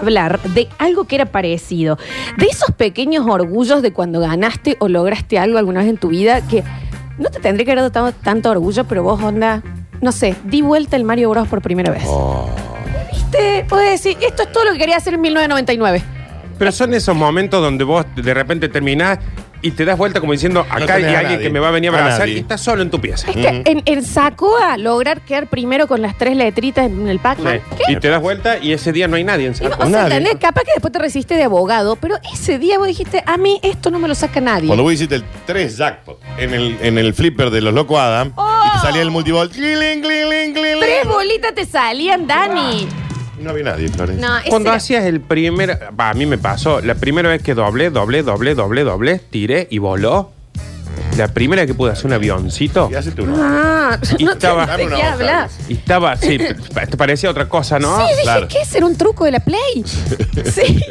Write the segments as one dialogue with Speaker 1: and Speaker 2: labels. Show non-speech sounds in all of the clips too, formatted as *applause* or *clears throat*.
Speaker 1: hablar de algo que era parecido. De esos pequeños orgullos de cuando ganaste o lograste algo alguna vez en tu vida que no te tendría que haber dado tan- tanto orgullo, pero vos, onda, no sé, di vuelta el Mario Bros por primera vez. ¿Viste? Puedes decir, esto es todo lo que quería hacer en 1999.
Speaker 2: Pero son esos momentos donde vos de repente terminás y te das vuelta como diciendo, acá hay
Speaker 3: tenés a
Speaker 2: alguien
Speaker 3: nadie.
Speaker 2: que me va a venir a
Speaker 3: A
Speaker 2: abrazar
Speaker 3: nadie.
Speaker 2: y estás solo en tu pieza.
Speaker 1: Es que Este, en, en Sacoa lograr quedar primero con las tres letritas en el Pac-Man.
Speaker 2: Sí.
Speaker 1: ¿Qué?
Speaker 2: Y te das vuelta y ese día no hay nadie en
Speaker 1: Y vos,
Speaker 2: Saco.
Speaker 1: o sea,
Speaker 3: nadie.
Speaker 1: ¿entendés? capaz que después te resiste de abogado, pero ese día vos dijiste, a mí esto no me lo saca nadie.
Speaker 3: Cuando vos hiciste el 3 jackpot en el, en el flipper de los locos Adam y te salía el multibol. clilín, clilín, clilín.
Speaker 1: Oh. Tres bolitas te salían, Dani.
Speaker 3: No había nadie, Florencia.
Speaker 1: No, ese
Speaker 2: Cuando
Speaker 1: era-
Speaker 2: hacías el primer. va, a mí me pasó. La primera vez que doblé, doblé, doblé, doblé, doblé, tiré y voló. La primera que pude hacer un avioncito.
Speaker 3: Y hacete uno.
Speaker 1: Ah,
Speaker 2: Y
Speaker 1: no te-
Speaker 2: estaba-
Speaker 1: ¿de
Speaker 3: Dame una
Speaker 1: qué
Speaker 3: hoja,
Speaker 1: hablas?
Speaker 2: Y estaba, sí, pa- te parecía otra cosa, ¿no?
Speaker 1: Sí, dije,
Speaker 3: claro.
Speaker 1: ¿qué? ¿Será un truco de la
Speaker 2: *laughs*
Speaker 1: Play? sí.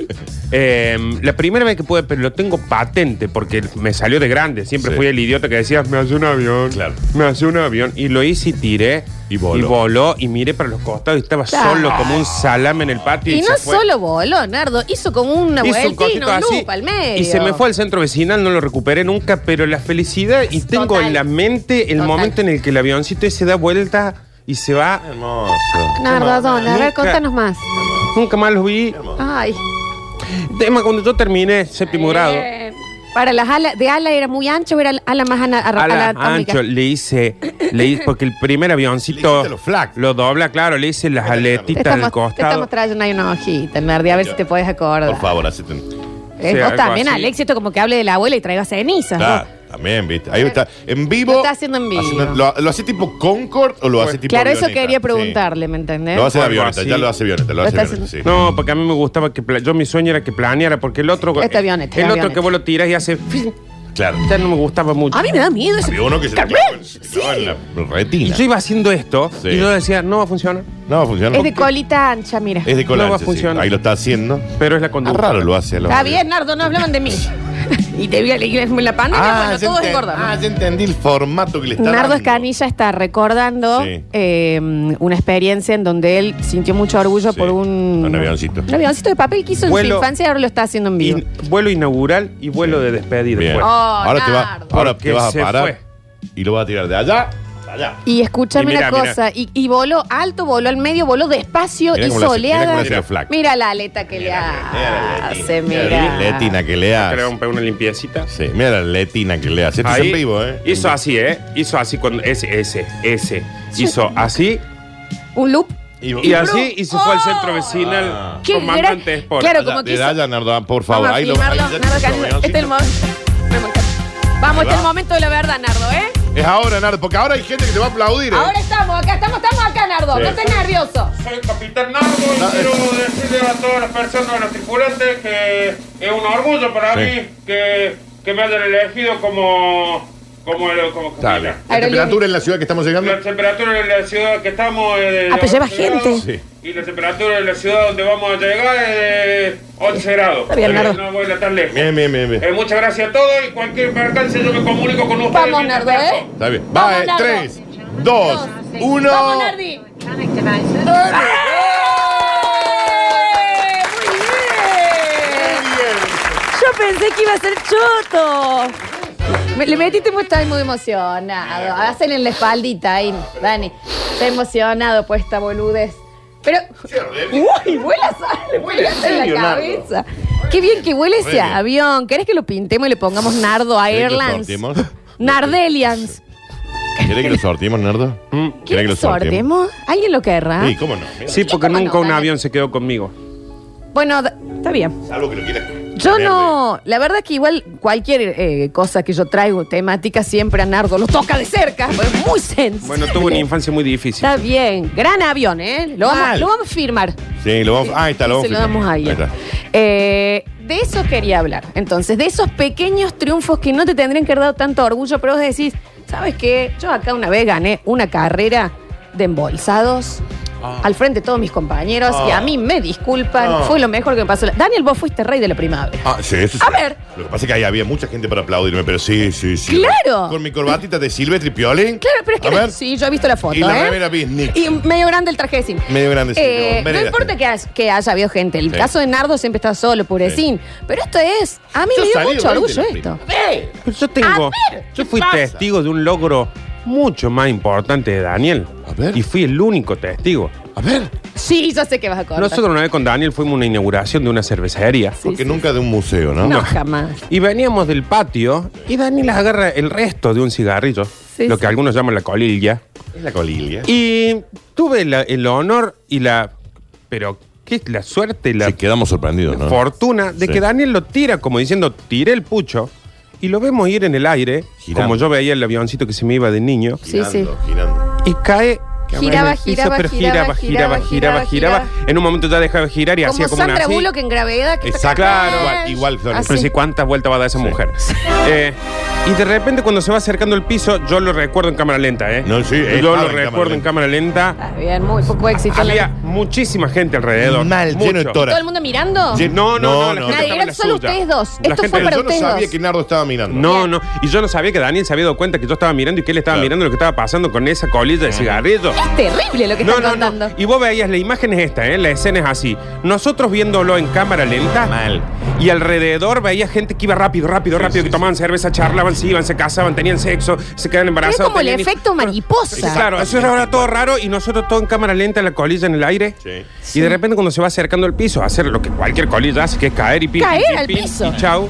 Speaker 2: Eh, la primera vez que pude, pero lo tengo patente porque me salió de grande. Siempre
Speaker 3: Sí.
Speaker 2: fui el idiota que decía, me hace un avión.
Speaker 3: Claro.
Speaker 2: Me hace un avión. Y lo hice y tiré.
Speaker 3: Y voló.
Speaker 2: Y voló y miré para los costados y estaba
Speaker 1: Claro.
Speaker 2: solo como un salame en el patio.
Speaker 1: Y no
Speaker 2: se fue.
Speaker 1: solo voló, Nardo. Hizo como una
Speaker 2: Hizo
Speaker 1: vuelta
Speaker 2: un cosito así,
Speaker 1: loop al medio.
Speaker 2: y se me fue al centro vecinal, no lo recuperé nunca, pero la felicidad y
Speaker 1: Total.
Speaker 2: tengo en la mente el
Speaker 1: Total.
Speaker 2: momento en el que el avioncito se da vuelta y se va.
Speaker 3: Hermoso.
Speaker 1: Nardo, ¿a ¿dónde? A ver,
Speaker 2: Nunca-
Speaker 1: contanos más.
Speaker 2: Nunca más los vi.
Speaker 1: Ay.
Speaker 2: Tema cuando yo terminé séptimo grado.
Speaker 1: Eh, Para las alas, de ala era muy ancho o era ala más ana, arra-
Speaker 2: ala
Speaker 1: ala atómica?
Speaker 2: ancho, le hice, le hice- porque el primer
Speaker 3: Le
Speaker 2: avioncito
Speaker 3: hiciste los flags.
Speaker 2: lo dobla, claro, le hice las
Speaker 1: Te
Speaker 2: aletitas al
Speaker 1: estamos, te
Speaker 2: costado.
Speaker 1: estamos trayendo ahí una hojita, Nardi, a ver si te puedes acordar.
Speaker 3: Por favor, hacete un.
Speaker 1: Eh,
Speaker 2: Sí,
Speaker 1: vos
Speaker 2: algo
Speaker 1: también,
Speaker 2: así.
Speaker 1: Alex, esto como que hable de la abuela y traiga cenizas. ¿no?
Speaker 3: Claro, también, viste. Ahí está. En vivo.
Speaker 1: Lo está haciendo en vivo.
Speaker 3: ¿Lo, lo hace tipo Concord o lo hace tipo
Speaker 1: Claro, eso
Speaker 3: avioneta?
Speaker 1: quería
Speaker 3: Sí.
Speaker 1: preguntarle, ¿me entendés?
Speaker 3: Lo hace la
Speaker 2: Algo
Speaker 3: avioneta,
Speaker 2: así.
Speaker 3: ya lo hace avioneta, lo
Speaker 1: Lo
Speaker 3: hace
Speaker 1: está
Speaker 3: avioneta, sí.
Speaker 1: haciendo-
Speaker 2: No, porque a mí me gustaba que pla- yo mi sueño era que planeara, porque el otro
Speaker 1: Esta avioneta,
Speaker 2: el
Speaker 1: avioneta.
Speaker 2: otro que vos lo tirás y hace ya
Speaker 3: Claro.
Speaker 2: no me gustaba mucho.
Speaker 1: este. A mí me da miedo ese.
Speaker 3: Había uno que se
Speaker 1: ¡Carmen!
Speaker 3: clavó en- se
Speaker 1: Sí.
Speaker 3: clavó en la
Speaker 2: Y
Speaker 3: retina.
Speaker 2: yo iba haciendo esto
Speaker 3: Sí.
Speaker 2: y yo decía, no va a funcionar,
Speaker 3: No, funciona.
Speaker 1: Es de colita ancha, mira.
Speaker 3: Es de cola
Speaker 2: No va a
Speaker 3: ancha, sí.
Speaker 2: funcionar.
Speaker 3: Ahí lo está haciendo.
Speaker 2: pero es la
Speaker 3: Ah,
Speaker 2: conducta.
Speaker 3: raro lo hace. lo
Speaker 1: Está
Speaker 3: hace.
Speaker 1: bien, Nardo, no hablaban de mí. *laughs* y te vi a la iglesia en la pandemia cuando
Speaker 3: ya
Speaker 1: todos
Speaker 3: enten-
Speaker 1: engordamos.
Speaker 3: ah, ya entendí el formato que le está
Speaker 1: Nardo
Speaker 3: dando.
Speaker 1: Escanilla está recordando
Speaker 3: Sí.
Speaker 1: eh, una experiencia en donde él sintió mucho orgullo
Speaker 3: Sí,
Speaker 1: por un,
Speaker 3: un avioncito.
Speaker 1: Un avioncito de papel que hizo en su
Speaker 2: Vuelo-
Speaker 1: infancia y ahora lo está haciendo en vivo.
Speaker 2: In- vuelo inaugural y vuelo de despedida.
Speaker 3: Bien.
Speaker 2: Bueno,
Speaker 1: Oh,
Speaker 3: ahora te, va-
Speaker 1: Nardo.
Speaker 3: ahora te
Speaker 2: Porque
Speaker 3: vas a
Speaker 2: se
Speaker 3: parar
Speaker 2: fue.
Speaker 3: y lo vas a tirar de allá a allá.
Speaker 1: Y escúchame
Speaker 2: Y mirá,
Speaker 1: una cosa, y, y voló alto, voló al medio, voló despacio
Speaker 3: Mirá
Speaker 1: y
Speaker 3: cómo lo hace- mirá cómo
Speaker 1: soleada.
Speaker 3: lo hace a Flack.
Speaker 1: Mira la aleta que le
Speaker 3: Mira la
Speaker 1: hace,
Speaker 3: letina,
Speaker 1: mira.
Speaker 3: la letina que le
Speaker 2: que le
Speaker 3: hace.
Speaker 2: vamos a pegar una limpiecita.
Speaker 3: Sí, mira la letina que le hace. Esto es
Speaker 2: Ahí
Speaker 3: Ah, en vivo, ¿eh?
Speaker 2: Hizo así, ¿eh? Hizo así cuando. Ese, ese, ese. Hizo así
Speaker 1: Un loop.
Speaker 2: y así y se fue al centro
Speaker 3: Ah.
Speaker 2: vecinal
Speaker 1: Qué
Speaker 2: comandante
Speaker 1: gran-
Speaker 2: Sport.
Speaker 1: claro,
Speaker 3: Allá,
Speaker 1: como
Speaker 3: de
Speaker 1: quiso-
Speaker 3: allá, Nardo, por favor.
Speaker 1: Vamos a
Speaker 3: ahí lo
Speaker 1: filmarlo,
Speaker 3: ahí ya
Speaker 1: Nardo
Speaker 3: hizo
Speaker 1: Canilla.
Speaker 3: avioncito.
Speaker 1: Este es el momento. Me encanta. Vamos,
Speaker 3: Ahí
Speaker 1: este es el
Speaker 3: va.
Speaker 1: momento de la verdad, Nardo, ¿eh?
Speaker 3: Es ahora, Nardo, porque ahora hay gente que te va a aplaudir. ¿eh?
Speaker 1: Ahora estamos acá, estamos, estamos acá, Nardo.
Speaker 3: Sí.
Speaker 1: No estés nervioso.
Speaker 2: Soy el capitán Nardo y
Speaker 3: No,
Speaker 2: quiero
Speaker 3: es-
Speaker 2: decirle a todas las personas, a los tripulantes, que es un orgullo para
Speaker 3: Sí.
Speaker 2: mí que, que me hayan elegido como, como, el- como
Speaker 3: Está bien.
Speaker 2: capitán.
Speaker 3: La
Speaker 1: Aerolínea.
Speaker 3: temperatura en la ciudad que estamos llegando.
Speaker 2: La temperatura en la ciudad que estamos es de
Speaker 1: Ah, pero lleva
Speaker 2: 11 grados,
Speaker 1: gente.
Speaker 2: Y la temperatura en la ciudad donde vamos a llegar es de 11 grados.
Speaker 1: Está bien, Nardo.
Speaker 2: No voy a ir tan lejos.
Speaker 3: Bien, bien, bien, bien.
Speaker 2: Eh, muchas gracias a todos y cualquier mercancía yo me comunico con ustedes.
Speaker 1: Vamos,
Speaker 2: mientras
Speaker 1: Nardo,
Speaker 2: tanto.
Speaker 1: ¿eh?
Speaker 3: Está bien.
Speaker 1: Vamos,
Speaker 3: Va, eh,
Speaker 1: Nardo.
Speaker 3: tres, dos, uno.
Speaker 1: Vamos, Nardi.
Speaker 4: electronic devices.
Speaker 1: ¡Eh! Muy bien. Yo pensé que iba a ser choto. Me- le metiste muy, está muy emocionado. Hacen en la espaldita ahí, Dani. Está emocionado por esta boludez. Pero. ¡Uy! Vuela sal, vuela sal en la cabeza. Qué bien que huele ese
Speaker 3: bien.
Speaker 1: airlance. ¿Querés que lo pintemos y le pongamos Nardo
Speaker 3: ¿Querés que lo
Speaker 1: Airlines?
Speaker 3: sorteemos?
Speaker 1: Nardelians.
Speaker 3: ¿Querés que lo sorteemos, Nardo? ¿Querés
Speaker 1: Mm. ¿Quieres que lo sorteemos? ¿Alguien lo querrá?
Speaker 3: Sí, cómo no. Mira,
Speaker 2: Sí, porque
Speaker 1: ¿Cómo no,
Speaker 2: nunca un
Speaker 1: Dani?
Speaker 2: avión se quedó conmigo.
Speaker 1: Bueno, da- está bien.
Speaker 3: Salvo que lo quieras.
Speaker 1: Yo
Speaker 3: tener
Speaker 1: no, la verdad que igual cualquier eh, cosa que yo traigo, temática, siempre a Nardo lo toca de cerca, pues, es muy sensible.
Speaker 2: Bueno, tuve una infancia muy difícil.
Speaker 1: Está bien, gran avión, ¿eh? Lo vamos,
Speaker 3: Mal.
Speaker 1: lo vamos a firmar.
Speaker 3: de- Sí, lo vamos. Ah, ahí está, lo vamos.
Speaker 1: Se lo
Speaker 3: a filmar.
Speaker 1: damos ahí.
Speaker 3: está.
Speaker 1: Eh, de eso quería hablar. Entonces, de esos pequeños triunfos que no te tendrían que haber dado tanto orgullo, pero vos decís, ¿sabes qué? Yo acá una vez gané una carrera de embolsados. al frente de todos mis compañeros y a mí me disculpan.
Speaker 3: Ah.
Speaker 1: Fue lo mejor que me pasó. Daniel, vos fuiste rey de la primavera.
Speaker 3: Ah, sí, eso sí.
Speaker 1: A ver.
Speaker 3: Lo que pasa es que ahí había mucha gente para aplaudirme, pero sí, sí, sí.
Speaker 1: ¡Claro!
Speaker 3: Con mi corbatita de Silvestre y Piolín.
Speaker 1: Claro, pero es que
Speaker 3: A ver.
Speaker 1: sí, yo he visto la foto.
Speaker 3: Y la
Speaker 1: ¿eh?
Speaker 3: remera Bisnick.
Speaker 1: Y medio grande el trajecín.
Speaker 3: Medio grande, sí,
Speaker 1: Eh,
Speaker 3: con
Speaker 1: no
Speaker 3: veredas.
Speaker 1: importa que, haya- que haya habido gente. El
Speaker 3: Sí.
Speaker 1: caso de Nardo siempre está solo, pobrecín. Pero esto es. A mí
Speaker 3: Yo
Speaker 1: me dio
Speaker 3: salí
Speaker 1: mucho
Speaker 3: rey de
Speaker 1: orgullo
Speaker 3: la
Speaker 1: esto.
Speaker 2: Pero pues, yo tengo.
Speaker 1: A ver,
Speaker 2: yo
Speaker 1: ¿qué
Speaker 2: fui
Speaker 1: pasa?
Speaker 2: testigo de un logro mucho más importante de Daniel.
Speaker 3: A ver.
Speaker 2: Y fui el único testigo.
Speaker 3: A ver,
Speaker 1: Sí, yo sé que vas a cortar.
Speaker 2: Nosotros una vez con Daniel fuimos a una inauguración de una cervecería.
Speaker 1: Sí,
Speaker 3: porque
Speaker 1: sí.
Speaker 3: nunca de un museo, ¿no?
Speaker 1: No, jamás.
Speaker 2: Y veníamos del patio y Daniel agarra el resto de un cigarrillo,
Speaker 1: Sí,
Speaker 2: lo que
Speaker 1: sí.
Speaker 2: algunos llaman la colilla.
Speaker 3: Es la colilia.
Speaker 2: Y tuve la- el honor y la. Pero, ¿qué es la suerte? y La
Speaker 3: Sí, quedamos sorprendidos, ¿no?
Speaker 2: fortuna de
Speaker 3: Sí.
Speaker 2: que Daniel lo tira como diciendo, tiré el pucho. Y lo vemos ir en el aire,
Speaker 3: Girando.
Speaker 2: como yo veía el avioncito que se me iba de niño.
Speaker 1: Sí, sí.
Speaker 3: Girando, girando.
Speaker 2: Y cae.
Speaker 1: Giraba,
Speaker 2: en el piso,
Speaker 1: giraba,
Speaker 2: pero
Speaker 1: giraba,
Speaker 2: giraba, giraba, giraba, giraba. En un momento ya dejaba de girar y hacía
Speaker 1: Como
Speaker 2: como una
Speaker 1: Sandra
Speaker 2: así.
Speaker 1: Bullock en gravedad. que
Speaker 3: Exacto,
Speaker 1: está-
Speaker 3: igual- igual, Flor.
Speaker 1: Así.
Speaker 2: No sé cuántas vueltas va a dar esa
Speaker 3: Sí.
Speaker 1: *laughs*
Speaker 2: mujer. Eh, y de repente cuando se va acercando el piso, yo lo recuerdo en cámara lenta, ¿eh?
Speaker 3: No, sí,
Speaker 2: yo
Speaker 3: estaba
Speaker 2: lo
Speaker 3: en cámara
Speaker 2: recuerdo en
Speaker 3: lenta.
Speaker 2: cámara lenta.
Speaker 1: Está Ah, bien, muy poco éxito.
Speaker 2: Había muchísima gente alrededor.
Speaker 3: Mal,
Speaker 2: Mucho.
Speaker 3: lleno de tora.
Speaker 1: ¿Todo el mundo mirando?
Speaker 3: Sí,
Speaker 2: No,
Speaker 3: No,
Speaker 2: no, no. la
Speaker 3: no.
Speaker 2: gente
Speaker 3: Nadie,
Speaker 2: estaba en la
Speaker 1: eran solo
Speaker 2: suya.
Speaker 1: ustedes dos.
Speaker 2: La
Speaker 1: Esto
Speaker 2: gente-
Speaker 1: fue
Speaker 3: Pero
Speaker 1: para
Speaker 3: yo no
Speaker 1: ustedes
Speaker 3: sabía
Speaker 1: dos.
Speaker 3: que Nardo estaba mirando.
Speaker 2: No, no. Y yo no sabía que Daniel se había dado cuenta que yo estaba mirando y que él estaba
Speaker 3: Claro.
Speaker 2: mirando lo que estaba pasando con esa colilla de cigarrillo.
Speaker 1: Es terrible lo que
Speaker 2: No,
Speaker 1: están
Speaker 2: no,
Speaker 1: contando.
Speaker 2: no. Y vos veías, la imagen es esta, ¿eh? La escena es así. Nosotros viéndolo en cámara lenta.
Speaker 3: Mal.
Speaker 2: Y alrededor veía gente que iba rápido, rápido, rápido, que tomaban cerveza, charlaban, se iban, se casaban, tenían sexo, se quedaban embarazados.
Speaker 1: como el
Speaker 2: tenían-
Speaker 1: efecto mariposa.
Speaker 2: Sí, Claro, eso era ahora todo raro y nosotros todo en cámara lenta, la colilla en el aire.
Speaker 3: Sí.
Speaker 2: Y de repente cuando se va acercando al piso, a hacer lo que cualquier colilla hace, que es caer y pin,
Speaker 1: Caer
Speaker 2: pin, pin,
Speaker 1: al
Speaker 2: pin,
Speaker 1: piso.
Speaker 2: Y chau.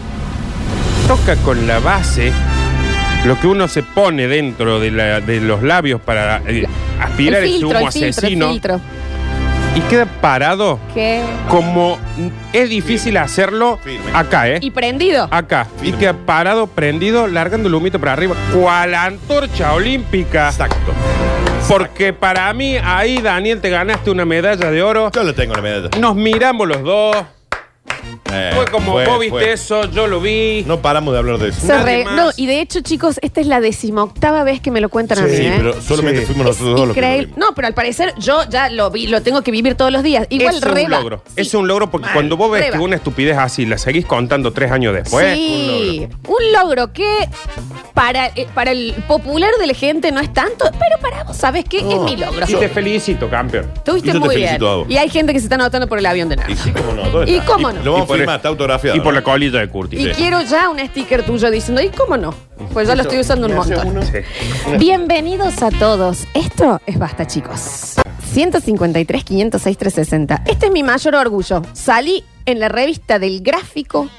Speaker 2: Toca con la base lo que uno se pone dentro de, la- de los labios para eh, aspirar el,
Speaker 1: filtro,
Speaker 2: humo
Speaker 1: el filtro,
Speaker 2: asesino.
Speaker 1: el filtro.
Speaker 2: Y queda parado
Speaker 1: ¿Qué?
Speaker 2: como es difícil hacerlo
Speaker 3: Firme.
Speaker 2: acá, ¿eh?
Speaker 1: Y prendido.
Speaker 2: Acá. Y queda parado, prendido, largando el humito para arriba. Cual antorcha olímpica.
Speaker 3: Exacto.
Speaker 2: Porque para mí, ahí, Daniel, te ganaste una medalla de oro.
Speaker 3: Yo lo tengo la medalla.
Speaker 2: Nos miramos los dos.
Speaker 3: Eh,
Speaker 2: Fue como, vos viste
Speaker 3: fue.
Speaker 2: eso, yo lo vi.
Speaker 3: No paramos de hablar de eso.
Speaker 1: Se
Speaker 2: Nadie
Speaker 1: re-
Speaker 2: más.
Speaker 1: No, y de hecho, chicos, esta es la decimoctava vez que me lo cuentan a mí,
Speaker 3: Sí,
Speaker 1: ¿eh?
Speaker 3: pero solamente
Speaker 2: Sí.
Speaker 3: fuimos nosotros dos los que lo
Speaker 1: Increíble.
Speaker 3: vimos.
Speaker 1: No, pero al parecer yo ya lo vi, lo tengo que vivir todos los días. Igual
Speaker 2: es un
Speaker 1: reba.
Speaker 2: logro.
Speaker 1: Sí.
Speaker 2: Es un logro porque cuando vos ves
Speaker 1: Reba.
Speaker 2: que una estupidez así la seguís contando tres años después.
Speaker 1: sí, un logro que para, eh, para el popular de la gente no es tanto, pero para vos, ¿sabes qué? es mi logro.
Speaker 2: Y Oh. te felicito, campeón.
Speaker 1: Tuviste
Speaker 3: y yo te
Speaker 1: muy bien.
Speaker 3: felicito a vos.
Speaker 1: Y hay gente que se está anotando por el avión de nada.
Speaker 3: Y sí, cómo no. todo
Speaker 1: Y
Speaker 3: está.
Speaker 1: cómo no.
Speaker 3: Lo
Speaker 2: Y
Speaker 3: vamos a
Speaker 2: por
Speaker 3: firmar,
Speaker 2: el-
Speaker 3: está autografiado.
Speaker 2: Y por la colilla de Curtis.
Speaker 1: Y
Speaker 2: Sí.
Speaker 1: quiero ya un sticker tuyo diciendo, ¿y cómo no? Pues yo lo estoy usando un montón. Bienvenidos a todos. Esto es Basta, chicos. 153, 506, 360. Este es mi mayor orgullo. Salí en la revista del gráfico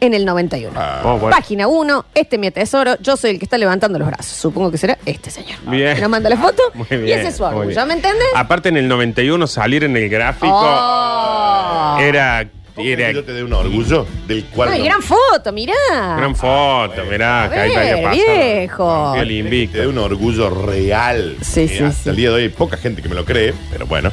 Speaker 1: en el 91.
Speaker 2: Oh, bueno.
Speaker 1: Página 1, este es mi tesoro, yo soy el que está levantando los brazos. Supongo que será este señor.
Speaker 2: Bien.
Speaker 1: Que Nos manda la foto
Speaker 2: *laughs* Muy
Speaker 1: y
Speaker 2: bien,
Speaker 1: ese es su
Speaker 2: muy
Speaker 1: orgullo,
Speaker 2: bien. Ah,
Speaker 1: ¿me entiendes?
Speaker 2: Aparte, en el 91 salir en el gráfico
Speaker 1: Oh.
Speaker 2: era. era
Speaker 3: Yo te dé un orgullo del cual.
Speaker 1: Ay,
Speaker 3: no.
Speaker 1: gran foto, mirá.
Speaker 2: gran foto, mirá,
Speaker 1: A
Speaker 2: que ahí te
Speaker 1: ver,
Speaker 2: había pasado.
Speaker 1: viejo.
Speaker 2: El
Speaker 3: Te dé
Speaker 2: invicto.
Speaker 3: un orgullo real.
Speaker 1: Sí,
Speaker 3: Eh,
Speaker 1: sí,
Speaker 3: Hasta
Speaker 1: sí.
Speaker 3: el día de hoy hay poca gente que me lo cree, pero bueno.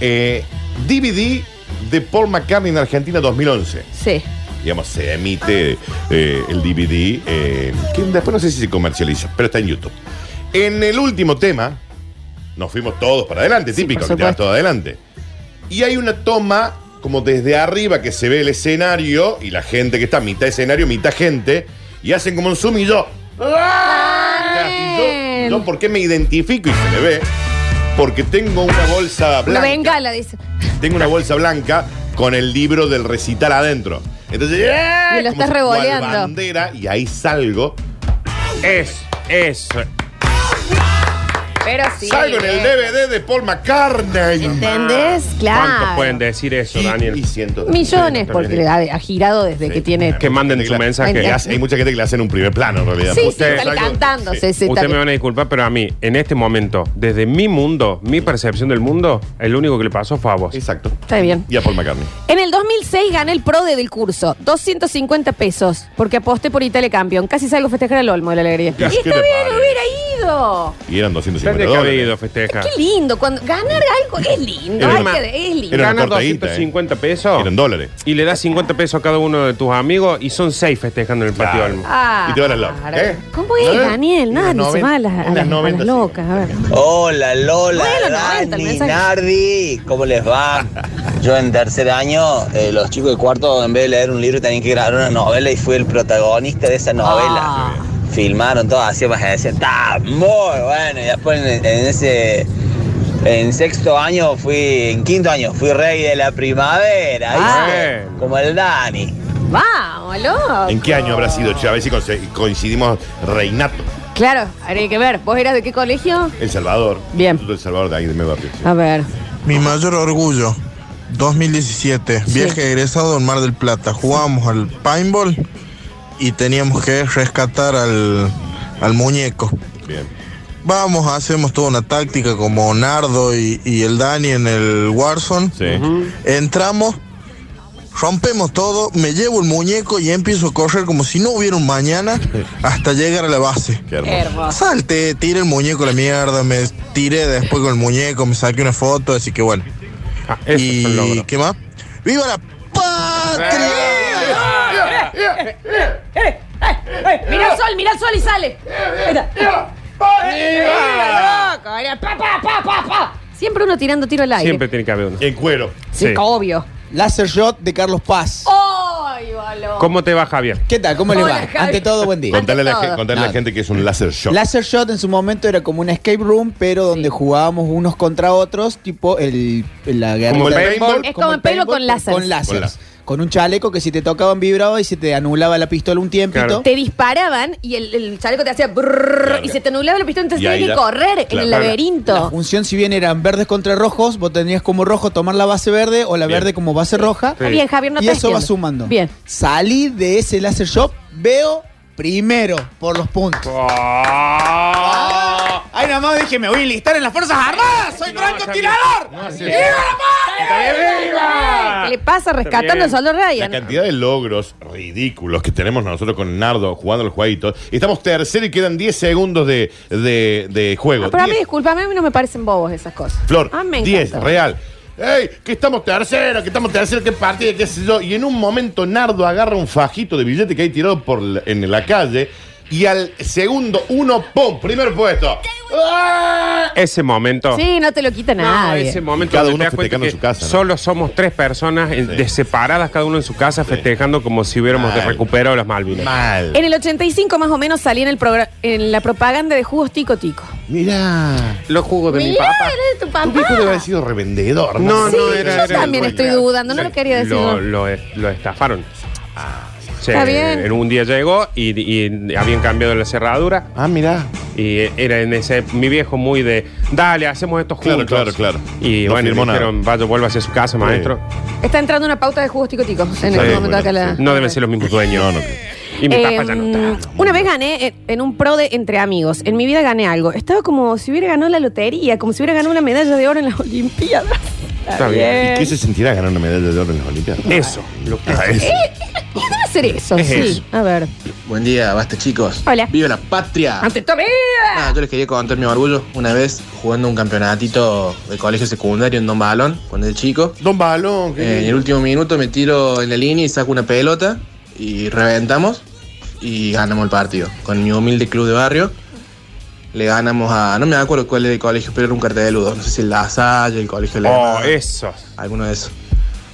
Speaker 3: Eh, DVD de Paul McCartney en Argentina 2011.
Speaker 1: Sí.
Speaker 3: Digamos, se emite eh, el DVD, eh, que después no sé si se comercializa, pero está en YouTube. En el último tema, nos fuimos todos para adelante,
Speaker 1: Sí,
Speaker 3: típico,
Speaker 1: por
Speaker 3: que te vas
Speaker 1: supuesto.
Speaker 3: todo adelante. Y hay una toma como desde arriba que se ve el escenario y la gente que está mitad escenario, mitad gente, y hacen como un zoom y yo. ¡Ah! Y Yo, yo ¿por qué me identifico y se me ve? Porque tengo una bolsa
Speaker 1: Una
Speaker 3: blanca.
Speaker 1: bengala, dice.
Speaker 3: Tengo una bolsa blanca con el libro del recital adentro. Entonces, ¡eh!
Speaker 1: Y lo estás
Speaker 3: Como si fuera
Speaker 1: revoleando.
Speaker 3: la bandera y ahí salgo.
Speaker 2: Es, es.
Speaker 1: Pero sí.
Speaker 3: Salgo en el DVD de Paul McCartney.
Speaker 1: ¿Entendés?
Speaker 2: ¿Cuántos
Speaker 1: Claro.
Speaker 2: pueden decir eso, Daniel?
Speaker 3: Y cientos de-
Speaker 1: Millones, porque ha, ha girado desde que tiene.
Speaker 2: Que manden su
Speaker 3: Hay
Speaker 2: mensaje.
Speaker 1: gente
Speaker 3: Le hace- Hay mucha gente que le hacen un primer plano, en realidad.
Speaker 1: Sí, sí,
Speaker 2: Usted-
Speaker 1: están
Speaker 3: Salgo-
Speaker 1: cantando. Sí,
Speaker 3: sí.
Speaker 1: sí,
Speaker 2: Ustedes
Speaker 1: está
Speaker 2: me
Speaker 1: bien.
Speaker 2: van a disculpar, pero a mí, en este momento, desde mi mundo, mi percepción del mundo, el único que le pasó fue a vos.
Speaker 3: Exacto.
Speaker 1: Está bien.
Speaker 3: Y a Paul McCartney.
Speaker 1: En el 2006 gané el PRODE del curso, 250 pesos, porque aposté por Italia Campeón. Casi salgo a festejar al Olmo de la alegría. Y
Speaker 3: ¿qué
Speaker 1: está
Speaker 3: te
Speaker 1: bien,
Speaker 3: parece?
Speaker 1: hubiera decaído.
Speaker 3: Y eran
Speaker 2: Están
Speaker 3: 250
Speaker 2: decaído,
Speaker 3: dólares.
Speaker 2: festeja.
Speaker 1: Qué lindo. Cuando ganar algo es lindo.
Speaker 3: Era
Speaker 1: hay
Speaker 3: una-
Speaker 1: que- es lindo.
Speaker 3: Era una
Speaker 2: Ganas
Speaker 3: cortadita,
Speaker 2: 250 pesos
Speaker 3: Eran dólares.
Speaker 2: y le das 50 pesos a cada uno de tus amigos y son seis festejando en el patio
Speaker 3: Claro.
Speaker 2: Almo.
Speaker 1: Ah,
Speaker 3: Y te van al lado, ¿eh?
Speaker 1: ¿Cómo es,
Speaker 3: ¿Eh?
Speaker 1: Daniel? Nada,
Speaker 3: Unas
Speaker 1: ni se
Speaker 3: noven-
Speaker 1: va a las, a
Speaker 3: unas
Speaker 1: las- a las
Speaker 3: 90, sí.
Speaker 1: locas. A ver.
Speaker 4: Hola Lola,
Speaker 1: Bueno, 90 el
Speaker 4: Dani,
Speaker 1: mensaje.
Speaker 4: Nardi, ¿cómo les va? Yo en tercer año, eh, los chicos de cuarto, en vez de leer un libro, tenían que grabar una novela y fui el protagonista de esa novela.
Speaker 1: Ah.
Speaker 4: Filmaron todo, así para decir, está muy bueno. Y después en, en ese. En sexto año fui, en quinto año, fui rey de la primavera,
Speaker 1: Ah.
Speaker 4: ¿viste? como el Dani.
Speaker 1: Vamos, loco.
Speaker 3: ¿En qué año habrá sido, che? A ver si conce- coincidimos reinato.
Speaker 1: Claro, habría que ver. ¿Vos eras de qué colegio?
Speaker 3: El Salvador.
Speaker 1: Bien.
Speaker 3: El Salvador de ahí de mi barrio.
Speaker 1: A ver.
Speaker 5: Mi mayor orgullo, 2017, viaje egresado en Mar del Plata. Jugábamos al paintball y teníamos que rescatar al, al muñeco.
Speaker 1: Ah.
Speaker 3: Bien.
Speaker 5: Vamos, hacemos toda una táctica como Nardo y, y el Dani en el Warzone.
Speaker 3: Sí.
Speaker 5: Entramos, rompemos todo, me llevo el muñeco y empiezo a correr como si no hubiera un mañana hasta llegar a la base.
Speaker 3: Qué hermoso.
Speaker 1: Hermoso.
Speaker 5: Salte, tiré el muñeco a la mierda, me tiré después con el muñeco, me saqué una foto, así que bueno.
Speaker 2: Ah, eso es un
Speaker 5: ¿Y
Speaker 2: logro.
Speaker 5: qué más? ¡Viva la patria!
Speaker 1: Eh, Mira el sol, mira el sol y sale. Mira, loco. Mira, pa, pa, pa, pa, pa. Siempre uno tirando tiro al aire.
Speaker 2: Siempre tiene que haber uno.
Speaker 3: En cuero.
Speaker 1: Sí,
Speaker 2: Sí.
Speaker 1: obvio.
Speaker 6: Láser Shot de Carlos Paz.
Speaker 1: ¡Ay, balón!
Speaker 2: ¿Cómo te va, Javier?
Speaker 6: ¿Qué tal? ¿Cómo le
Speaker 1: Hola,
Speaker 6: va?
Speaker 1: Javi.
Speaker 6: Ante todo, buen día.
Speaker 1: Con-
Speaker 3: Contale, a la,
Speaker 1: todo.
Speaker 3: gen- contale a la
Speaker 6: No.
Speaker 3: gente que es un láser shock.
Speaker 6: Láser Shot en su momento era como un escape room, pero donde jugábamos unos contra otros, tipo el, la guerra.
Speaker 3: Como el
Speaker 6: de-
Speaker 3: paintball.
Speaker 1: Es como el pelo
Speaker 6: paintball,
Speaker 1: con láser.
Speaker 6: Con láser.
Speaker 3: Con
Speaker 6: Con,
Speaker 3: láser.
Speaker 6: un chaleco que si te tocaban vibraba y se te anulaba la pistola un tiempito.
Speaker 2: Claro.
Speaker 1: Te disparaban y el, el chaleco te hacía brrrr
Speaker 3: Claro.
Speaker 1: y se te nublaba el pistola, entonces
Speaker 3: Y ahí
Speaker 1: tenías que
Speaker 3: la-
Speaker 1: correr en
Speaker 3: claro.
Speaker 1: el
Speaker 6: La
Speaker 1: laberinto.
Speaker 6: función, si bien eran verdes contra rojos, vos tenías como rojo tomar la base verde o la
Speaker 3: Bien.
Speaker 6: verde como base roja.
Speaker 1: Está bien, Javier, no
Speaker 6: y
Speaker 1: te
Speaker 6: eso va
Speaker 1: entiendo.
Speaker 6: sumando.
Speaker 1: Bien.
Speaker 6: Salí de ese láser shop, veo primero por los puntos.
Speaker 2: Ah.
Speaker 6: Ay, nada más dije, me voy a enlistar en las Fuerzas Armadas, soy francotirador.
Speaker 2: ¡Viva
Speaker 1: ¿Qué le pasa rescatando
Speaker 2: bien.
Speaker 1: al soldado
Speaker 3: La
Speaker 1: Ryan?
Speaker 3: cantidad de logros ridículos que tenemos nosotros con Nardo jugando el jueguito. Estamos tercero y quedan 10 segundos de, de, de juego.
Speaker 1: Ah, pero a mí,
Speaker 3: 10.
Speaker 1: discúlpame, a mí no me parecen bobos esas cosas.
Speaker 3: Flor,
Speaker 1: Ah, me
Speaker 3: 10,
Speaker 1: encanta.
Speaker 3: real. ¡Ey! Que estamos tercero, que estamos tercero, que partida, qué sé yo. Y en un momento Nardo agarra un fajito de billete que hay tirado por la- en la calle y al segundo uno, ¡pum! Primer puesto. ¡Ah!
Speaker 2: Ese momento.
Speaker 1: Sí, no te lo quita
Speaker 2: No,
Speaker 1: nadie.
Speaker 2: ese momento
Speaker 3: Cada
Speaker 2: donde
Speaker 3: uno
Speaker 2: te das cuenta
Speaker 3: festejando
Speaker 2: que
Speaker 3: en su casa, ¿no?
Speaker 2: Solo somos tres personas eh, de separadas, cada uno en su casa, festejando como si hubiéramos de
Speaker 3: Mal.
Speaker 2: recuperado las Malvinas.
Speaker 3: Mal.
Speaker 1: En el 85 más o menos salí en, el progra- en la propaganda de jugos Tico Tico.
Speaker 3: Mirá.
Speaker 2: Los jugos de mi
Speaker 1: Mirá,
Speaker 2: papá.
Speaker 1: eres tu
Speaker 3: Tu viejo debe haber
Speaker 1: papá.
Speaker 3: sido revendedor.
Speaker 2: No,
Speaker 1: Sí,
Speaker 2: no, era-
Speaker 1: yo
Speaker 2: era-
Speaker 1: también estoy dudando, no lo quería decir. no.
Speaker 2: Lo, lo es- lo estafaron. Sí,
Speaker 1: Está bien.
Speaker 2: En un día llegó y, y habían cambiado la cerradura
Speaker 3: Ah, mirá.
Speaker 2: y eh, era en ese mi viejo muy de dale hacemos estos
Speaker 3: Claro,
Speaker 2: juntos
Speaker 3: claro, claro.
Speaker 2: y
Speaker 3: No
Speaker 2: bueno
Speaker 3: firmó nada.
Speaker 2: dijeron vaya vuelva hacia su casa maestro
Speaker 1: Está entrando una pauta de jugos Tico Tico en este momento
Speaker 3: bueno,
Speaker 1: acá la-
Speaker 2: no deben ser los mismos dueños
Speaker 3: No, no.
Speaker 2: y mi
Speaker 1: Eh,
Speaker 2: papá ya no está
Speaker 1: Una vez gané en- en un pro de entre amigos. En mi vida gané algo. Estaba como si hubiera ganado la lotería, como si hubiera ganado una medalla de oro en las Olimpiadas.
Speaker 2: Está bien.
Speaker 3: ¿Y
Speaker 1: Eh.
Speaker 3: qué se sentirá ganar una medalla de oro en las Olimpiadas?
Speaker 2: eso lo que
Speaker 3: Ah, eso.
Speaker 1: ¿Qué debe ser eso?
Speaker 2: Es
Speaker 1: sí.
Speaker 2: eso.
Speaker 1: A ver.
Speaker 7: Buen día, basta chicos.
Speaker 1: Hola.
Speaker 7: Viva la patria.
Speaker 1: ¡Ante tu vida!
Speaker 7: Nada, yo les quería contar mi orgullo. Una vez jugando un campeonatito de colegio secundario en Don Balón, cuando era chico.
Speaker 3: Don Balón. qué
Speaker 7: Eh, en el
Speaker 3: lindo.
Speaker 7: último minuto me tiro en la línea y saco una pelota y reventamos y ganamos el partido. Con mi humilde club de barrio le ganamos a. No me acuerdo cuál era el colegio, pero era un carteludo. No sé si el Lasalle, el colegio de
Speaker 2: oh eso
Speaker 7: Alguno de esos.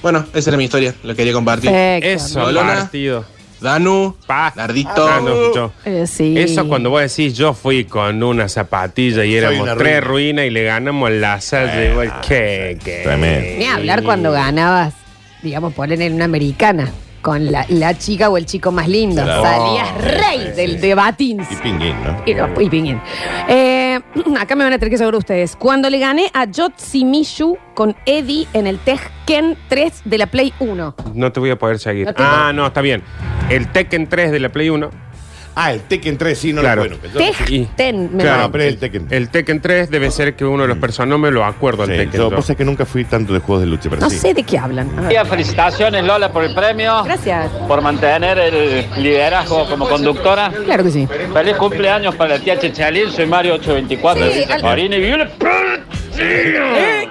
Speaker 7: Bueno, esa era mi historia, lo quería compartir.
Speaker 1: Eh.
Speaker 2: eso
Speaker 7: Hola.
Speaker 2: partido
Speaker 7: Danu,
Speaker 2: Pa.
Speaker 7: Nardito.
Speaker 2: Ah, no, escuchó.
Speaker 1: Eh, sí.
Speaker 2: Eso cuando vos decís, yo fui con una zapatilla y éramos
Speaker 3: una
Speaker 2: tres
Speaker 3: ruina. Ah,
Speaker 2: ruinas y le ganamos la salle. güey, ¿Qué? ¿Qué?
Speaker 3: Tremendo.
Speaker 1: Ni hablar cuando ganabas, digamos, ponen en una americana con la, la chica o el chico más lindo.
Speaker 3: Claro.
Speaker 1: Salías
Speaker 2: Oh,
Speaker 1: rey del debatins.
Speaker 3: Y pinguín, ¿no?
Speaker 1: Y, lo- y pinguín. Eh, *clears throat* acá me van a tener que saber ustedes. Cuando le gané a Yotsimishu con Eddie en el Tekken 3 de la Play 1.
Speaker 2: No te voy a poder seguir.
Speaker 1: No te-
Speaker 2: ah, no, está bien. El Tekken 3 de la Play 1.
Speaker 3: Ah, el Tekken 3, sí, no
Speaker 2: Claro.
Speaker 3: lo bueno.
Speaker 2: Y-
Speaker 1: Ten, me parece.
Speaker 3: Claro, pero es el Tekken. Mm.
Speaker 2: El Tekken 3 debe ser que uno de los personajes, no me lo acuerdo
Speaker 3: Sí,
Speaker 2: el Tekken
Speaker 3: yo,
Speaker 2: 2.
Speaker 3: pasa que nunca fui tanto de juegos de lucha, pero
Speaker 1: No
Speaker 3: sí.
Speaker 1: sé de qué hablan. A ver.
Speaker 8: Felicitaciones Lola por el premio,
Speaker 1: Gracias.
Speaker 8: por mantener el liderazgo como conductora.
Speaker 1: Claro que sí.
Speaker 8: Feliz cumpleaños para la tía Chechalín, soy Mario 824.
Speaker 1: Sí, al- Eh,
Speaker 8: Marina y Viola.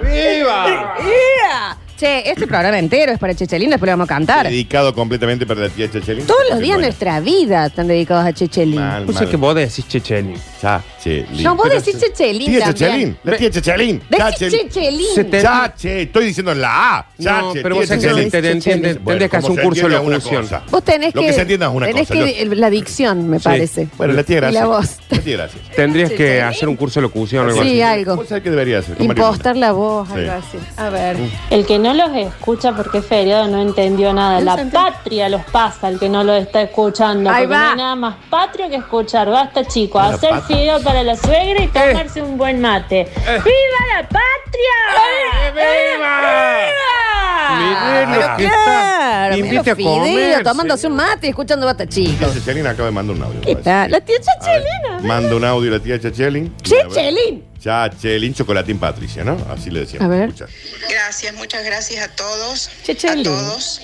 Speaker 1: ¡Ea! eh, Che, este programa entero es para Chechelín, después lo vamos a cantar.
Speaker 3: Dedicado completamente para la tía Chachelín.
Speaker 1: Todos los días de
Speaker 3: Bueno,
Speaker 1: nuestra vida están dedicados a Chechelín.
Speaker 3: Mal,
Speaker 2: Vos
Speaker 3: mal.
Speaker 2: sabés que vos decís Checheni.
Speaker 3: Chachelín.
Speaker 1: No, vos
Speaker 3: Pero
Speaker 1: decís
Speaker 3: se-
Speaker 1: Chachelín
Speaker 3: Tía
Speaker 1: también.
Speaker 3: Chachelín. La tía Chachelín.
Speaker 1: Decís
Speaker 3: Chachel-
Speaker 1: Chechelín.
Speaker 2: Se te-
Speaker 3: Chache, estoy diciendo la A. Chache,
Speaker 2: No, pero
Speaker 3: tía
Speaker 2: vos sabés que
Speaker 3: Chachelín.
Speaker 2: te- te- te- te-
Speaker 3: Bueno,
Speaker 2: tendés que
Speaker 3: como
Speaker 2: hacer un
Speaker 3: se
Speaker 2: curso de
Speaker 3: entiende una
Speaker 2: locución.
Speaker 3: cosa.
Speaker 1: Vos tenés
Speaker 3: Lo que se entienda es una
Speaker 1: tenés
Speaker 3: cosa.
Speaker 1: que-
Speaker 3: yo-
Speaker 1: la dicción, me parece.
Speaker 3: Bueno, la tía
Speaker 1: Y
Speaker 3: gracias.
Speaker 1: la
Speaker 3: *laughs*
Speaker 1: voz.
Speaker 3: La tía gracias.
Speaker 2: Tendrías que
Speaker 1: Chechelín.
Speaker 2: hacer un curso de locución o algo
Speaker 1: Sí,
Speaker 2: así.
Speaker 1: algo.
Speaker 3: ¿Vos sabés qué debería hacer? Con Mario
Speaker 1: Impostar la voz, algo
Speaker 3: Sí.
Speaker 1: así. A ver.
Speaker 9: Uh. El que no los escucha porque es feriado no entendió nada.
Speaker 1: No
Speaker 9: La
Speaker 1: se entiende.
Speaker 9: patria los pasa el que no los está escuchando.
Speaker 1: Ahí
Speaker 9: porque
Speaker 1: va.
Speaker 9: no hay nada más patrio que escuchar. Basta, chicos.
Speaker 3: La
Speaker 9: Hacer
Speaker 3: patria.
Speaker 9: fideo para la suegra y tomarse un buen mate.
Speaker 3: Eh.
Speaker 9: ¡Viva la patria!
Speaker 2: Mirá lo
Speaker 1: Pero claro,
Speaker 2: que está.
Speaker 1: mirá
Speaker 2: Invite
Speaker 1: los
Speaker 2: a
Speaker 1: fideos,
Speaker 2: comerse.
Speaker 1: tomándose un mate y escuchando bata Pues,
Speaker 3: Chachelín. La
Speaker 1: chicos.
Speaker 3: tía Chachelín acaba de mandar un audio.
Speaker 1: ¿Qué tal? La tía
Speaker 3: Chachelina. Manda un audio la tía Chachelín.
Speaker 1: Chechelín.
Speaker 3: Chachelín, chocolatín Patricia, ¿no? Así le decíamos.
Speaker 1: A ver.
Speaker 3: Escucha.
Speaker 10: Gracias, muchas gracias a todos,
Speaker 1: Chechelín.
Speaker 10: a todos,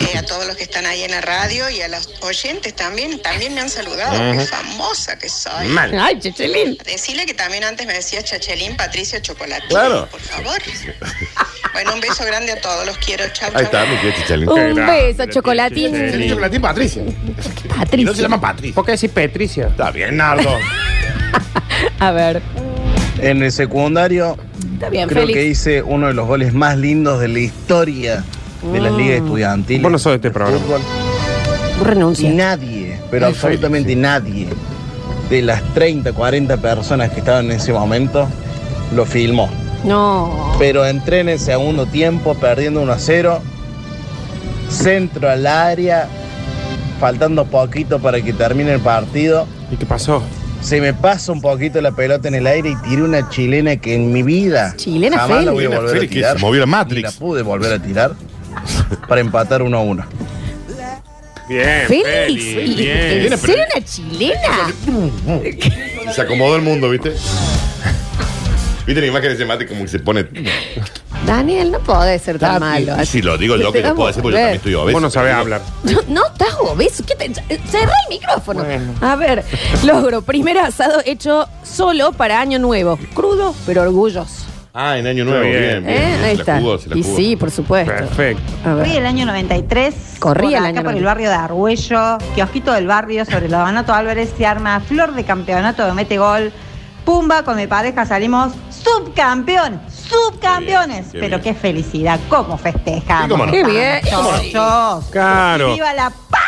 Speaker 10: eh, a todos los que están ahí en la radio y a los oyentes también. También me han saludado, qué famosa que soy.
Speaker 3: Mal.
Speaker 1: Ay, Chechelín.
Speaker 10: Decirle que también antes me decía Chachelín, Patricia Chocolatín,
Speaker 3: Claro.
Speaker 10: por favor. Bueno, un beso grande a todos, los quiero, chao,
Speaker 3: Ahí está,
Speaker 10: chao.
Speaker 3: mi tía Chachelín.
Speaker 1: Un
Speaker 2: grande,
Speaker 1: beso,
Speaker 2: la tía
Speaker 3: Chachelín,
Speaker 1: chocolatín.
Speaker 2: Chachelín.
Speaker 3: Chocolatín Patricia. Y no se
Speaker 1: Patricia.
Speaker 3: llama Patricia.
Speaker 2: ¿Por qué decís Patricia?
Speaker 3: Está bien, *laughs* Nardo.
Speaker 1: A ver.
Speaker 4: En el secundario
Speaker 1: Está bien,
Speaker 4: creo que
Speaker 1: Félix.
Speaker 4: hice uno de los goles más lindos de la historia de las ligas estudiantiles.
Speaker 2: Vos no sos de este programa.
Speaker 4: Fútbol. Y
Speaker 1: Renuncia.
Speaker 4: nadie, pero
Speaker 3: Ay,
Speaker 4: absolutamente nadie, de las 30, 40 personas que estaban en ese momento, lo filmó.
Speaker 1: No.
Speaker 4: Pero entré en el segundo tiempo perdiendo 1 a 0. Centro al área, faltando poquito para que termine el partido.
Speaker 2: ¿Y qué pasó?
Speaker 4: Se me pasa un poquito la pelota en el aire y tiré una chilena que en mi vida
Speaker 1: Chilena
Speaker 4: jamás la voy a
Speaker 3: Félix.
Speaker 4: volver a
Speaker 3: Félix que
Speaker 4: tirar.
Speaker 3: se movió la
Speaker 4: Ni
Speaker 3: Matrix.
Speaker 4: la pude volver a tirar para empatar 1 a 1.
Speaker 2: Bien.
Speaker 1: Félix.
Speaker 2: Feli,
Speaker 1: ¿y-
Speaker 2: bien.
Speaker 1: ¿En serio una chilena?
Speaker 3: Se acomodó el mundo, ¿viste? *laughs* ¿Viste la imagen de ese mate como que se pone...
Speaker 1: Daniel, no podés ser tan malo.
Speaker 3: Y Si lo digo yo que
Speaker 1: Te
Speaker 3: lo
Speaker 1: vamos
Speaker 3: puedo hacer porque
Speaker 1: a
Speaker 3: yo
Speaker 1: ver.
Speaker 3: también estoy obeso.
Speaker 2: Vos no sabés hablar.
Speaker 1: No, *laughs* no, estás obeso. ¿Qué te- cerrá el micrófono. A ver, logro. Primer asado hecho solo para Año Nuevo. Crudo, pero orgulloso.
Speaker 3: Ah, en Año Nuevo,
Speaker 2: Está
Speaker 3: bien,
Speaker 2: bien.
Speaker 3: bien.
Speaker 1: ¿Eh?
Speaker 3: bien.
Speaker 1: Ahí
Speaker 3: se
Speaker 1: está.
Speaker 3: La jugó, se la
Speaker 1: y
Speaker 3: jugó.
Speaker 1: sí, por supuesto.
Speaker 2: Perfecto.
Speaker 1: A ver.
Speaker 11: Corría el año 93.
Speaker 1: Corría
Speaker 11: por
Speaker 1: el año
Speaker 11: acá por
Speaker 1: 93.
Speaker 11: el barrio de Argüello, kiosquito del barrio sobre el Donato Álvarez se arma flor de campeonato de mete gol. Pumba, con mi pareja salimos subcampeón, subcampeones.
Speaker 3: Qué bien, qué
Speaker 11: Pero
Speaker 3: bien.
Speaker 11: qué felicidad, cómo festejamos.
Speaker 3: Sí, cómo no.
Speaker 1: Qué bien.
Speaker 11: Tantos.
Speaker 1: Sí.
Speaker 2: Claro.
Speaker 11: ¡Viva la paz!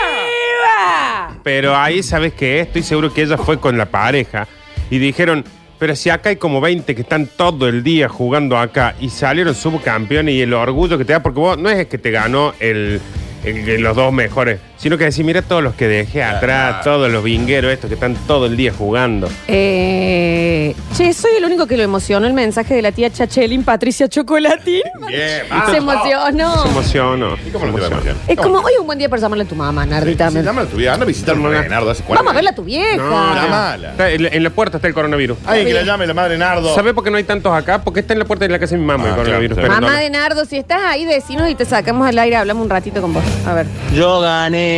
Speaker 1: ¡Viva!
Speaker 2: Pero ahí, ¿sabes qué? Estoy seguro que ella fue con la pareja y dijeron, pero si acá hay como 20 que están todo el día jugando acá y salieron subcampeones y el orgullo que te da, porque vos no es que te ganó el, el- los dos mejores, sino que decís, mira todos los que dejé atrás, todos los vingueros estos que están todo el día jugando.
Speaker 1: Eh, che, soy el único que lo emocionó el mensaje de la tía Chachelin, Patricia Chocolatín. *laughs*
Speaker 3: Bien,
Speaker 1: Se
Speaker 3: vamos.
Speaker 1: emocionó.
Speaker 2: Se emocionó.
Speaker 3: ¿Y cómo no te va a emocionar?
Speaker 1: Es como hoy es un buen día para llamarle a tu mamá,
Speaker 3: Sí,
Speaker 1: Nardita.
Speaker 3: sí, Llámala a tu vieja, anda a visitar a Renardo hace cuarenta
Speaker 1: Vamos a verla a
Speaker 3: años.
Speaker 1: tu vieja.
Speaker 2: No,
Speaker 3: Está
Speaker 2: no.
Speaker 3: mala.
Speaker 2: Está- en, la- en la puerta está el coronavirus.
Speaker 3: Alguien que la llame la madre Nardo.
Speaker 2: ¿Sabés por qué no hay tantos acá? Porque está en la puerta de la casa de mi mamá
Speaker 3: Ah,
Speaker 2: el coronavirus.
Speaker 3: claro, claro.
Speaker 2: pero
Speaker 1: Mamá
Speaker 2: no-
Speaker 1: de Nardo, si estás ahí, decinos y te sacamos al aire, hablamos un ratito con vos. A ver.
Speaker 4: Yo gané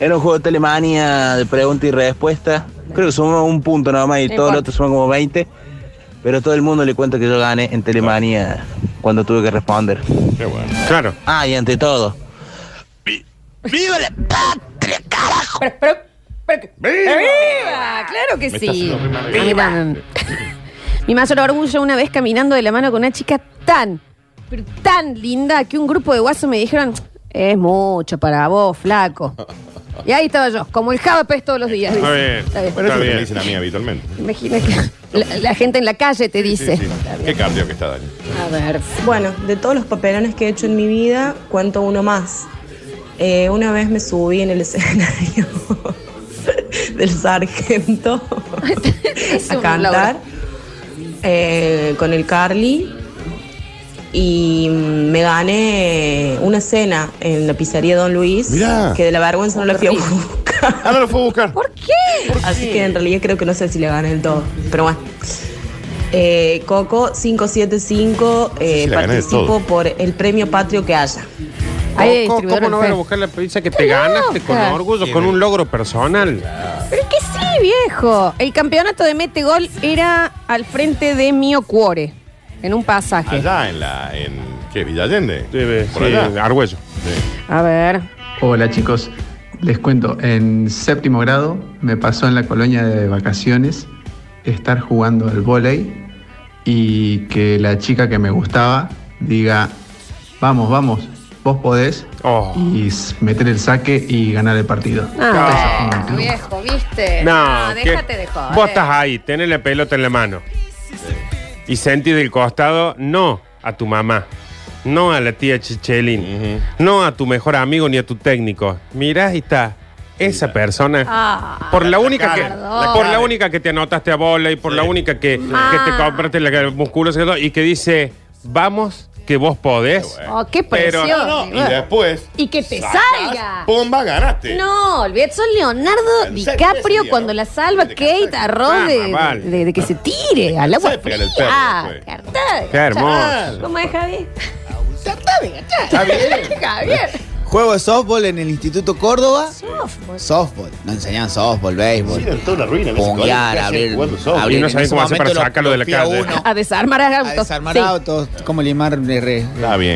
Speaker 4: en un juego de Telemania de pregunta y respuesta. Creo que sumó un punto nada más y
Speaker 1: No
Speaker 4: todo el
Speaker 1: importa.
Speaker 4: otro suma como 20. Pero todo el mundo le cuenta que yo gané en Telemania cuando tuve que responder.
Speaker 3: Qué bueno.
Speaker 2: Claro.
Speaker 4: Ah, y ante todo. vi- ¡Viva la patria, carajo!
Speaker 1: Pero, pero, pero- ¡Viva! Claro que
Speaker 3: Me está
Speaker 1: sí.
Speaker 3: haciendo re mal.
Speaker 1: A mí también. Mi mayor orgullo una vez caminando de la mano con una chica tan, pero tan linda que un grupo de guasos me dijeron, es mucho para vos, flaco. Y ahí estaba yo, como el javapés todos los días.
Speaker 2: Está
Speaker 1: dice.
Speaker 2: bien.
Speaker 1: Está bien.
Speaker 3: Bueno, eso es lo
Speaker 2: Está
Speaker 3: que
Speaker 2: bien.
Speaker 3: me dicen a mí habitualmente.
Speaker 1: Imagina que la, la gente en la calle te
Speaker 3: Sí,
Speaker 1: dice.
Speaker 3: sí. Qué cardio que está, Dani.
Speaker 1: A ver.
Speaker 11: Bueno, de todos los papelones que he hecho en mi vida, cuento uno más. Eh, una vez me
Speaker 12: *laughs*
Speaker 11: subí en el escenario del sargento
Speaker 1: Es
Speaker 11: a
Speaker 1: un logro.
Speaker 11: cantar eh, con el Carly
Speaker 12: y mm, me gané una cena en la pizzería Don Luis,
Speaker 3: Mirá.
Speaker 12: que de la vergüenza no la fui a buscar.
Speaker 3: Ah, no la fue a buscar. ¿Por
Speaker 12: qué? Así que en realidad creo que no sé si le gané del todo, pero bueno. Eh, Coco 575 eh,
Speaker 2: si la gané del
Speaker 12: participo
Speaker 2: todo.
Speaker 12: por el premio patrio que haya.
Speaker 1: Ahí
Speaker 2: ¿Cómo, cómo no van a buscar la pizza que te ganaste con
Speaker 1: loca.
Speaker 2: orgullo, con un logro personal?
Speaker 1: Pero es que sí, viejo. El campeonato de mete gol era al frente de Mio Cuore, en un pasaje.
Speaker 3: Allá en la. En, ¿Qué? ¿Villa Allende? Por
Speaker 2: sí,
Speaker 3: allá.
Speaker 2: Argüello.
Speaker 1: A ver.
Speaker 13: Hola chicos, les cuento, en séptimo grado me pasó en la colonia de vacaciones estar jugando al vóley y que la chica que me gustaba diga, vamos, vamos, vos podés
Speaker 2: Oh.
Speaker 13: y s- meter el saque y ganar el partido.
Speaker 1: Ah, bueno, viejo, ¿viste?
Speaker 2: No,
Speaker 1: Ah,
Speaker 2: que-
Speaker 1: déjate de joder.
Speaker 2: Vos estás ahí, tenés la pelota en la mano. Y sentí del costado, no a tu mamá, no a la tía Chichelín, no a tu mejor amigo ni a tu técnico. Mirás y está esa persona.
Speaker 1: Ah,
Speaker 2: Por la, única que,
Speaker 1: Perdón.
Speaker 2: por la única que te anotaste a bola y por la única que, que te
Speaker 1: Ah.
Speaker 2: compraste la musculosa y todo, y que dice, vamos que vos podés.
Speaker 1: Oh, qué
Speaker 2: Pero-
Speaker 1: presión.
Speaker 2: No, no,
Speaker 1: Bueno.
Speaker 2: y después-
Speaker 1: Y que te
Speaker 2: Sacás,
Speaker 1: salga.
Speaker 3: Pumba, ganaste.
Speaker 1: No, olvídate, son Leonardo DiCaprio cuando la salva Kate a Rose de,
Speaker 3: Ah, vale.
Speaker 1: de- de que se tire al agua
Speaker 3: sabe pegarle
Speaker 1: fría.
Speaker 3: el
Speaker 1: Carta de
Speaker 2: pues. Qué
Speaker 1: gachar.
Speaker 6: hermoso.
Speaker 1: ¿Cómo es, Javi? Carta de gachar.
Speaker 6: Está
Speaker 1: *laughs*
Speaker 6: bien.
Speaker 1: Javier.
Speaker 6: Juego de softball en el Instituto Córdoba.
Speaker 1: Softball.
Speaker 6: Softball. Nos enseñaban softball, béisbol.
Speaker 3: Sí, eran toda una ruina.
Speaker 6: Ponguear, abrir. abrir.
Speaker 2: Y no
Speaker 6: En
Speaker 2: sabés
Speaker 6: ese
Speaker 2: cómo hacer para
Speaker 6: momento lo-
Speaker 2: sacarlo de la
Speaker 6: fui a
Speaker 2: calle.
Speaker 6: uno.
Speaker 1: A desarmar autos.
Speaker 6: A desarmar
Speaker 1: Sí.
Speaker 6: autos, cómo limar eh, re-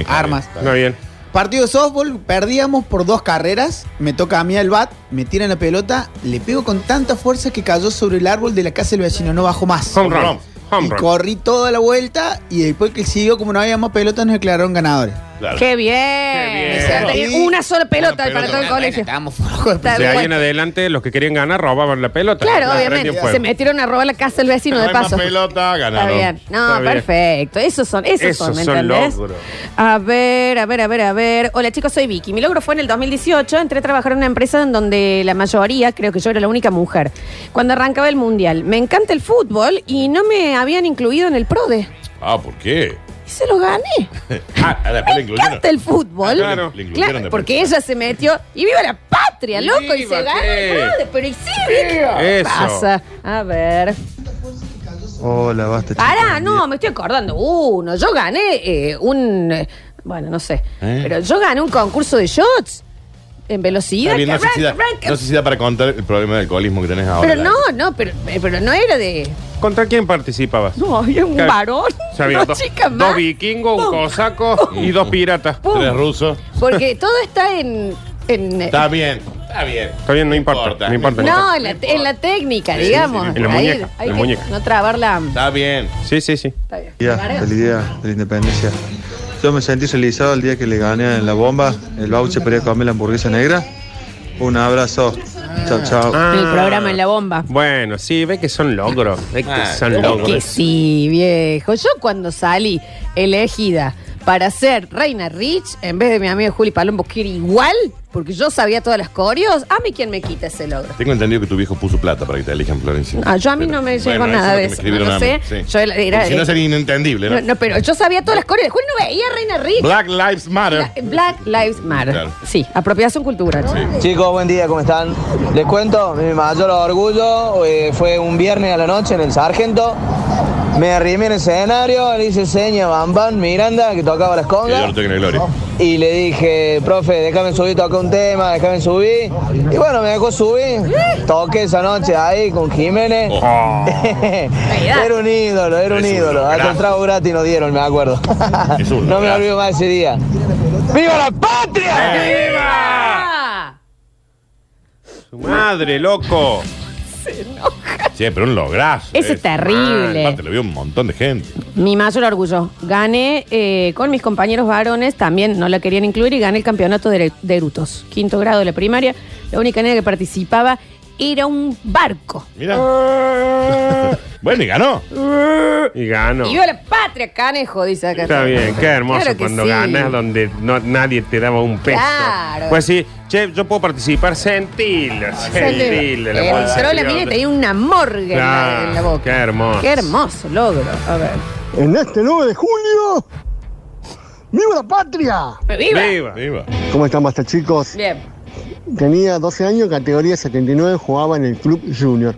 Speaker 6: armas.
Speaker 2: Está bien.
Speaker 6: Partido de softball, perdíamos por dos carreras. Me toca a mí el bat, me tiran la pelota, le pego con tanta fuerza que cayó sobre el árbol de la casa del vecino, no bajo más.
Speaker 2: Home run, home
Speaker 6: y
Speaker 2: run.
Speaker 6: corrí toda la vuelta y después que siguió, como no había más pelotas, nos declararon ganadores.
Speaker 1: Qué bien. O sea, tenés una sola pelota Pues, para todo el colegio. Está
Speaker 2: De ahí
Speaker 1: bien.
Speaker 2: en adelante, los que querían ganar robaban la pelota.
Speaker 1: Claro,
Speaker 2: La
Speaker 1: obviamente.
Speaker 2: prendían fuego.
Speaker 1: Se metieron a robar la casa del vecino de paso.
Speaker 2: pelota,
Speaker 1: Está bien. No, perfecto. Esos son, esos,
Speaker 2: Esos
Speaker 1: son, ¿me
Speaker 2: son
Speaker 1: entendés?
Speaker 2: logros.
Speaker 1: A ver, a ver, a ver, a ver. Hola chicos, soy Vicky. Mi logro fue en el 2018. Entré a trabajar en una empresa en donde la mayoría, creo que yo era la única mujer, cuando arrancaba el mundial. Me encanta el fútbol y no me habían incluido en el PRODE.
Speaker 3: Ah, ¿por qué? *laughs*
Speaker 1: Y se lo gané.
Speaker 3: Ah, a la pelota incluyeron.
Speaker 1: encanta el fútbol.
Speaker 3: Claro. Le incluyeron
Speaker 1: Claro,
Speaker 3: de
Speaker 1: porque ella se metió y viva la patria, loco, y se
Speaker 14: ¡Viva,
Speaker 1: ganó
Speaker 14: che!
Speaker 1: el PRODE. Pero y sí, Vicky. ¿Qué
Speaker 14: Eso.
Speaker 1: pasa? A ver.
Speaker 13: Hola, basta chicos.
Speaker 1: Pará, no, me estoy acordando. Uno, yo gané eh, un. eh, bueno, no sé.
Speaker 3: ¿Eh?
Speaker 1: Pero yo gané un concurso de shots en velocidad.
Speaker 3: Está bien, no,
Speaker 1: que
Speaker 3: sé si da,
Speaker 1: arranca, arranca.
Speaker 3: no sé si da para contar el problema del alcoholismo que tenés ahora.
Speaker 1: pero no, no, pero, eh, pero no era de.
Speaker 2: ¿Contra quién participabas?
Speaker 1: No, había un
Speaker 2: Claro.
Speaker 1: varón.
Speaker 2: Sabía,
Speaker 1: dos
Speaker 2: dos-
Speaker 1: chicas más.
Speaker 2: dos vikingos, un
Speaker 1: Pum.
Speaker 2: cosaco y dos piratas.
Speaker 1: Pum. Tres
Speaker 2: rusos.
Speaker 1: Porque todo está en. en eh,
Speaker 2: Está bien, está bien. Está bien, no importa. No importa.
Speaker 1: no, en la, en la técnica,
Speaker 2: Sí,
Speaker 1: digamos.
Speaker 2: sí, sí, en la
Speaker 1: Ahí
Speaker 2: muñeca,
Speaker 1: Hay
Speaker 2: en
Speaker 1: que
Speaker 2: la muñeca.
Speaker 1: no trabarla.
Speaker 3: Está bien.
Speaker 2: Sí, sí, sí.
Speaker 13: Día, feliz día de la independencia. Yo me sentí realizado el día que le gané en la bomba el voucher para ir a comer la hamburguesa negra. Un abrazo. Chao, chao.
Speaker 1: El programa en la bomba.
Speaker 2: Ah. Bueno, sí, ve que son logros. Ve que
Speaker 13: Ah,
Speaker 2: son
Speaker 13: es
Speaker 2: logros.
Speaker 1: Que sí, viejo. Yo cuando salí elegida para ser Reina Rich, en vez de mi amigo Juli Palombo, que era igual, porque yo sabía todas las coreos, a mí quién me quita ese logro.
Speaker 3: Tengo entendido que tu viejo puso plata para que te elijan Florencia.
Speaker 1: Ah, yo a mí no me llegó
Speaker 3: Bueno,
Speaker 1: nada de
Speaker 3: es
Speaker 1: eso.
Speaker 3: lo que me escribieron
Speaker 1: No
Speaker 3: a
Speaker 1: sé.
Speaker 3: mí, sí.
Speaker 1: Yo era- era-
Speaker 3: Si no sería inentendible, ¿no?
Speaker 1: No, no, pero yo sabía todas las coreos. Juli no veía Reina Rich.
Speaker 3: Black Lives Matter.
Speaker 1: Black Lives Matter. Sí, apropiación cultural.
Speaker 15: Chicos, buen día, ¿cómo están? Les cuento, mi mayor orgullo eh, fue un viernes a la noche en el Sargento. Me arrimé en el escenario, le hice seña a Bam Bam Miranda, que tocaba las
Speaker 3: Que yo
Speaker 15: congas.
Speaker 3: lo tengo en el gloria.
Speaker 15: Y le dije, profe, déjame subir, toca un tema, déjame subir. Y bueno, me dejó subir. Toqué esa noche ahí con Jiménez. *laughs* era un ídolo, era un
Speaker 14: Oh. Es un
Speaker 15: ídolo. Hasta el
Speaker 14: lograzo.
Speaker 15: trago gratis nos dieron, me acuerdo. *laughs* no me olvido más ese día. ¡Viva la
Speaker 14: Eh.
Speaker 15: patria!
Speaker 2: Su madre, loco.
Speaker 3: Sí, pero un lograzo.
Speaker 1: Ese
Speaker 3: es
Speaker 1: terrible.
Speaker 3: Aparte, lo vio un montón de gente.
Speaker 1: Mi mayor orgullo. Gané eh, con mis compañeros varones, también no la querían incluir, y gané el campeonato de, de erutos. Quinto grado de la primaria. La única niña que participaba era un barco.
Speaker 3: Mira. bueno, y ganó.
Speaker 2: *laughs* Y ganó.
Speaker 1: Y yo a la patria, canejo, dice acá.
Speaker 2: Está bien, qué hermoso
Speaker 1: Claro que
Speaker 2: cuando
Speaker 1: sí.
Speaker 2: ganas donde no- nadie te daba un peso.
Speaker 1: Claro.
Speaker 2: Pues sí, che, yo puedo participar, sentilo, sentilo. la bolsa
Speaker 1: Entró la
Speaker 2: de
Speaker 1: mina y
Speaker 2: onda.
Speaker 1: tenía una morgue en la- en la boca.
Speaker 2: Qué hermoso.
Speaker 1: Qué hermoso logro. A ver.
Speaker 16: En este 9 de julio
Speaker 14: ¡Viva la patria!
Speaker 1: ¡Viva!
Speaker 14: ¿Cómo están, basta chicos?
Speaker 1: Bien.
Speaker 14: Tenía 12 años, categoría 79, jugaba en el Club Junior.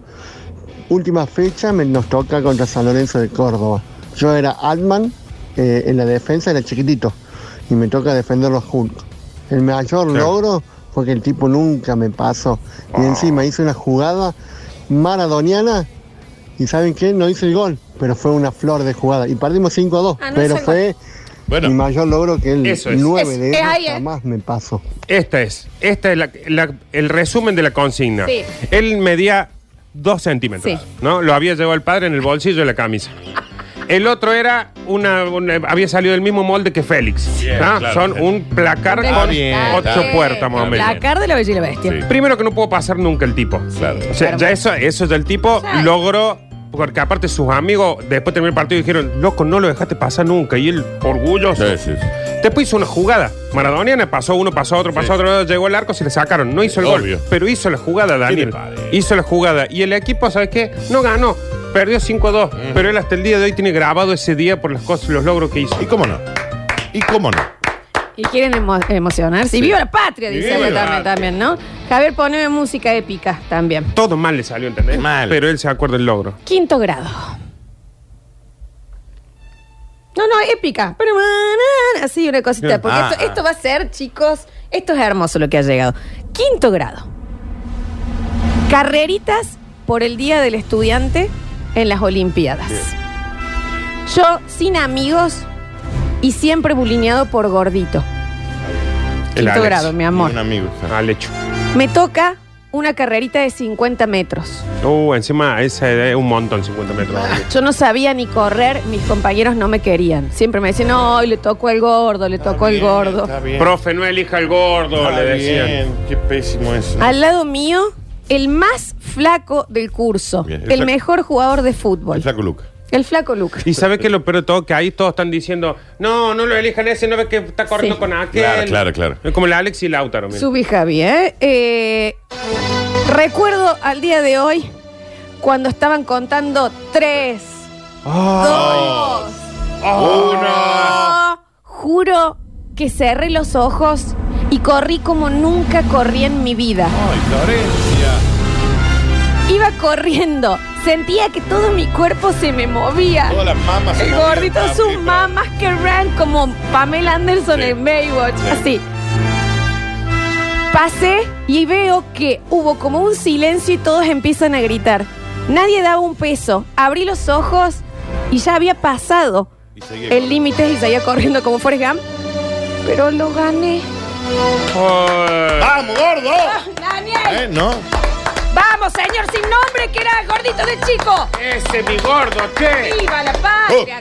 Speaker 14: Última fecha me- nos toca contra San Lorenzo de Córdoba. Yo era Altman, eh, en la defensa era chiquitito y me toca defenderlo juntos. El mayor logro fue que el tipo nunca me pasó. Y encima hizo una jugada maradoniana y ¿saben qué? No hizo el gol, pero fue una flor de jugada. Y perdimos 5 a 2,
Speaker 1: Ah, no
Speaker 14: pero
Speaker 1: hizo el
Speaker 14: fue mi mayor logro que el
Speaker 2: Eso es.
Speaker 14: 9
Speaker 1: Es-
Speaker 14: de
Speaker 1: es
Speaker 14: enero
Speaker 1: ahí, ¿eh?
Speaker 14: jamás me pasó.
Speaker 2: Esta es, esta es la- la- el resumen de la consigna.
Speaker 1: Sí.
Speaker 2: Él medía dos centímetros,
Speaker 1: Sí.
Speaker 2: ¿no? Lo había llevado el padre en el bolsillo de la camisa. El otro era una, una- había salido del mismo molde que Félix.
Speaker 3: Bien,
Speaker 2: ¿no?
Speaker 3: claro.
Speaker 2: Son un placar
Speaker 1: Está
Speaker 2: con
Speaker 1: bien,
Speaker 2: ocho
Speaker 1: está
Speaker 2: puertas más o
Speaker 1: bien.
Speaker 2: menos.
Speaker 1: La cara de la bella y la bestia.
Speaker 2: Primero que no pudo pasar nunca el tipo. O sea, ya eso, eso ya el tipo logró. Porque aparte sus amigos, después terminó el partido, dijeron, loco, no lo dejaste pasar nunca. Y él, orgulloso. Después hizo una jugada. Maradoniana pasó uno, pasó otro, pasó otro, llegó al arco, se le sacaron. No hizo el
Speaker 3: Obvio.
Speaker 2: gol. Pero hizo la jugada, Daniel. Hizo la jugada. Y el equipo, ¿sabes qué? No ganó. Perdió 5-2. Pero él hasta el día de hoy tiene grabado ese día por las cosas, los logros que hizo. ¿Y
Speaker 3: cómo no? ¿Y cómo no?
Speaker 1: Y quieren emo- emocionarse. Y
Speaker 2: Sí.
Speaker 1: viva la patria, dice
Speaker 2: Viva
Speaker 1: ella
Speaker 2: la
Speaker 1: también, también, ¿no? Javier, poneme música épica también.
Speaker 2: Todo mal le salió, ¿entendés? Mal. Pero él se acuerda del logro.
Speaker 1: Quinto grado. No, no, épica. Pero así una cosita. Porque
Speaker 2: Ah,
Speaker 1: esto,
Speaker 2: ah.
Speaker 1: esto va a ser, chicos, esto es hermoso lo que ha llegado. Quinto grado. Carreritas por el Día del Estudiante en las Olimpiadas. Yo sin amigos y siempre bulineado por gordito. Quinto
Speaker 2: Alex.
Speaker 1: grado, mi amor.
Speaker 2: Un amigo. Al hecho.
Speaker 1: Me toca una carrerita de 50 metros.
Speaker 2: Uh, encima esa edad es un montón, 50 metros.
Speaker 1: Yo no sabía ni correr, mis compañeros no me querían. Siempre me decían, no, le tocó el gordo, le tocó el gordo.
Speaker 2: Profe, no elija al gordo,
Speaker 3: Está
Speaker 2: le decían.
Speaker 3: bien, Qué pésimo eso.
Speaker 1: Al lado mío, el más flaco del curso,
Speaker 2: Bien, el
Speaker 1: el
Speaker 2: flaco.
Speaker 1: mejor jugador de fútbol,
Speaker 2: flaco Luca.
Speaker 1: el flaco Lucas.
Speaker 2: Y sabe que lo peor de todo que ahí todos están diciendo, no, no lo elijan ese, no ves que está corriendo con aquel.
Speaker 3: Claro, claro, claro.
Speaker 2: Es como el Alex y Lautaro. mira.
Speaker 1: Subí Javi, ¿eh? Eh, Recuerdo al día de hoy cuando estaban contando tres, dos, uno. Juro que cerré los ojos y corrí como nunca corrí en mi vida.
Speaker 3: Ay, Florencia.
Speaker 1: Iba corriendo, sentía que todo mi cuerpo se me movía.
Speaker 3: Todas las mamas se
Speaker 1: El
Speaker 3: movían,
Speaker 1: gordito,
Speaker 3: papi,
Speaker 1: sus
Speaker 3: pero-
Speaker 1: mamas que ran como Pamela Anderson en Baywatch, así. Pasé y veo que hubo como un silencio y todos empiezan a gritar. Nadie daba un peso. Abrí los ojos y ya había pasado el límite y seguía corriendo como Forrest Gump. Pero lo gané.
Speaker 3: ¡Vamos, gordo!
Speaker 1: ¡Daniel!
Speaker 3: ¿Eh? ¿No?
Speaker 1: ¡Vamos, señor sin nombre, que era gordito de chico!
Speaker 2: ¡Ese mi gordo, che!
Speaker 1: ¡Viva la patria,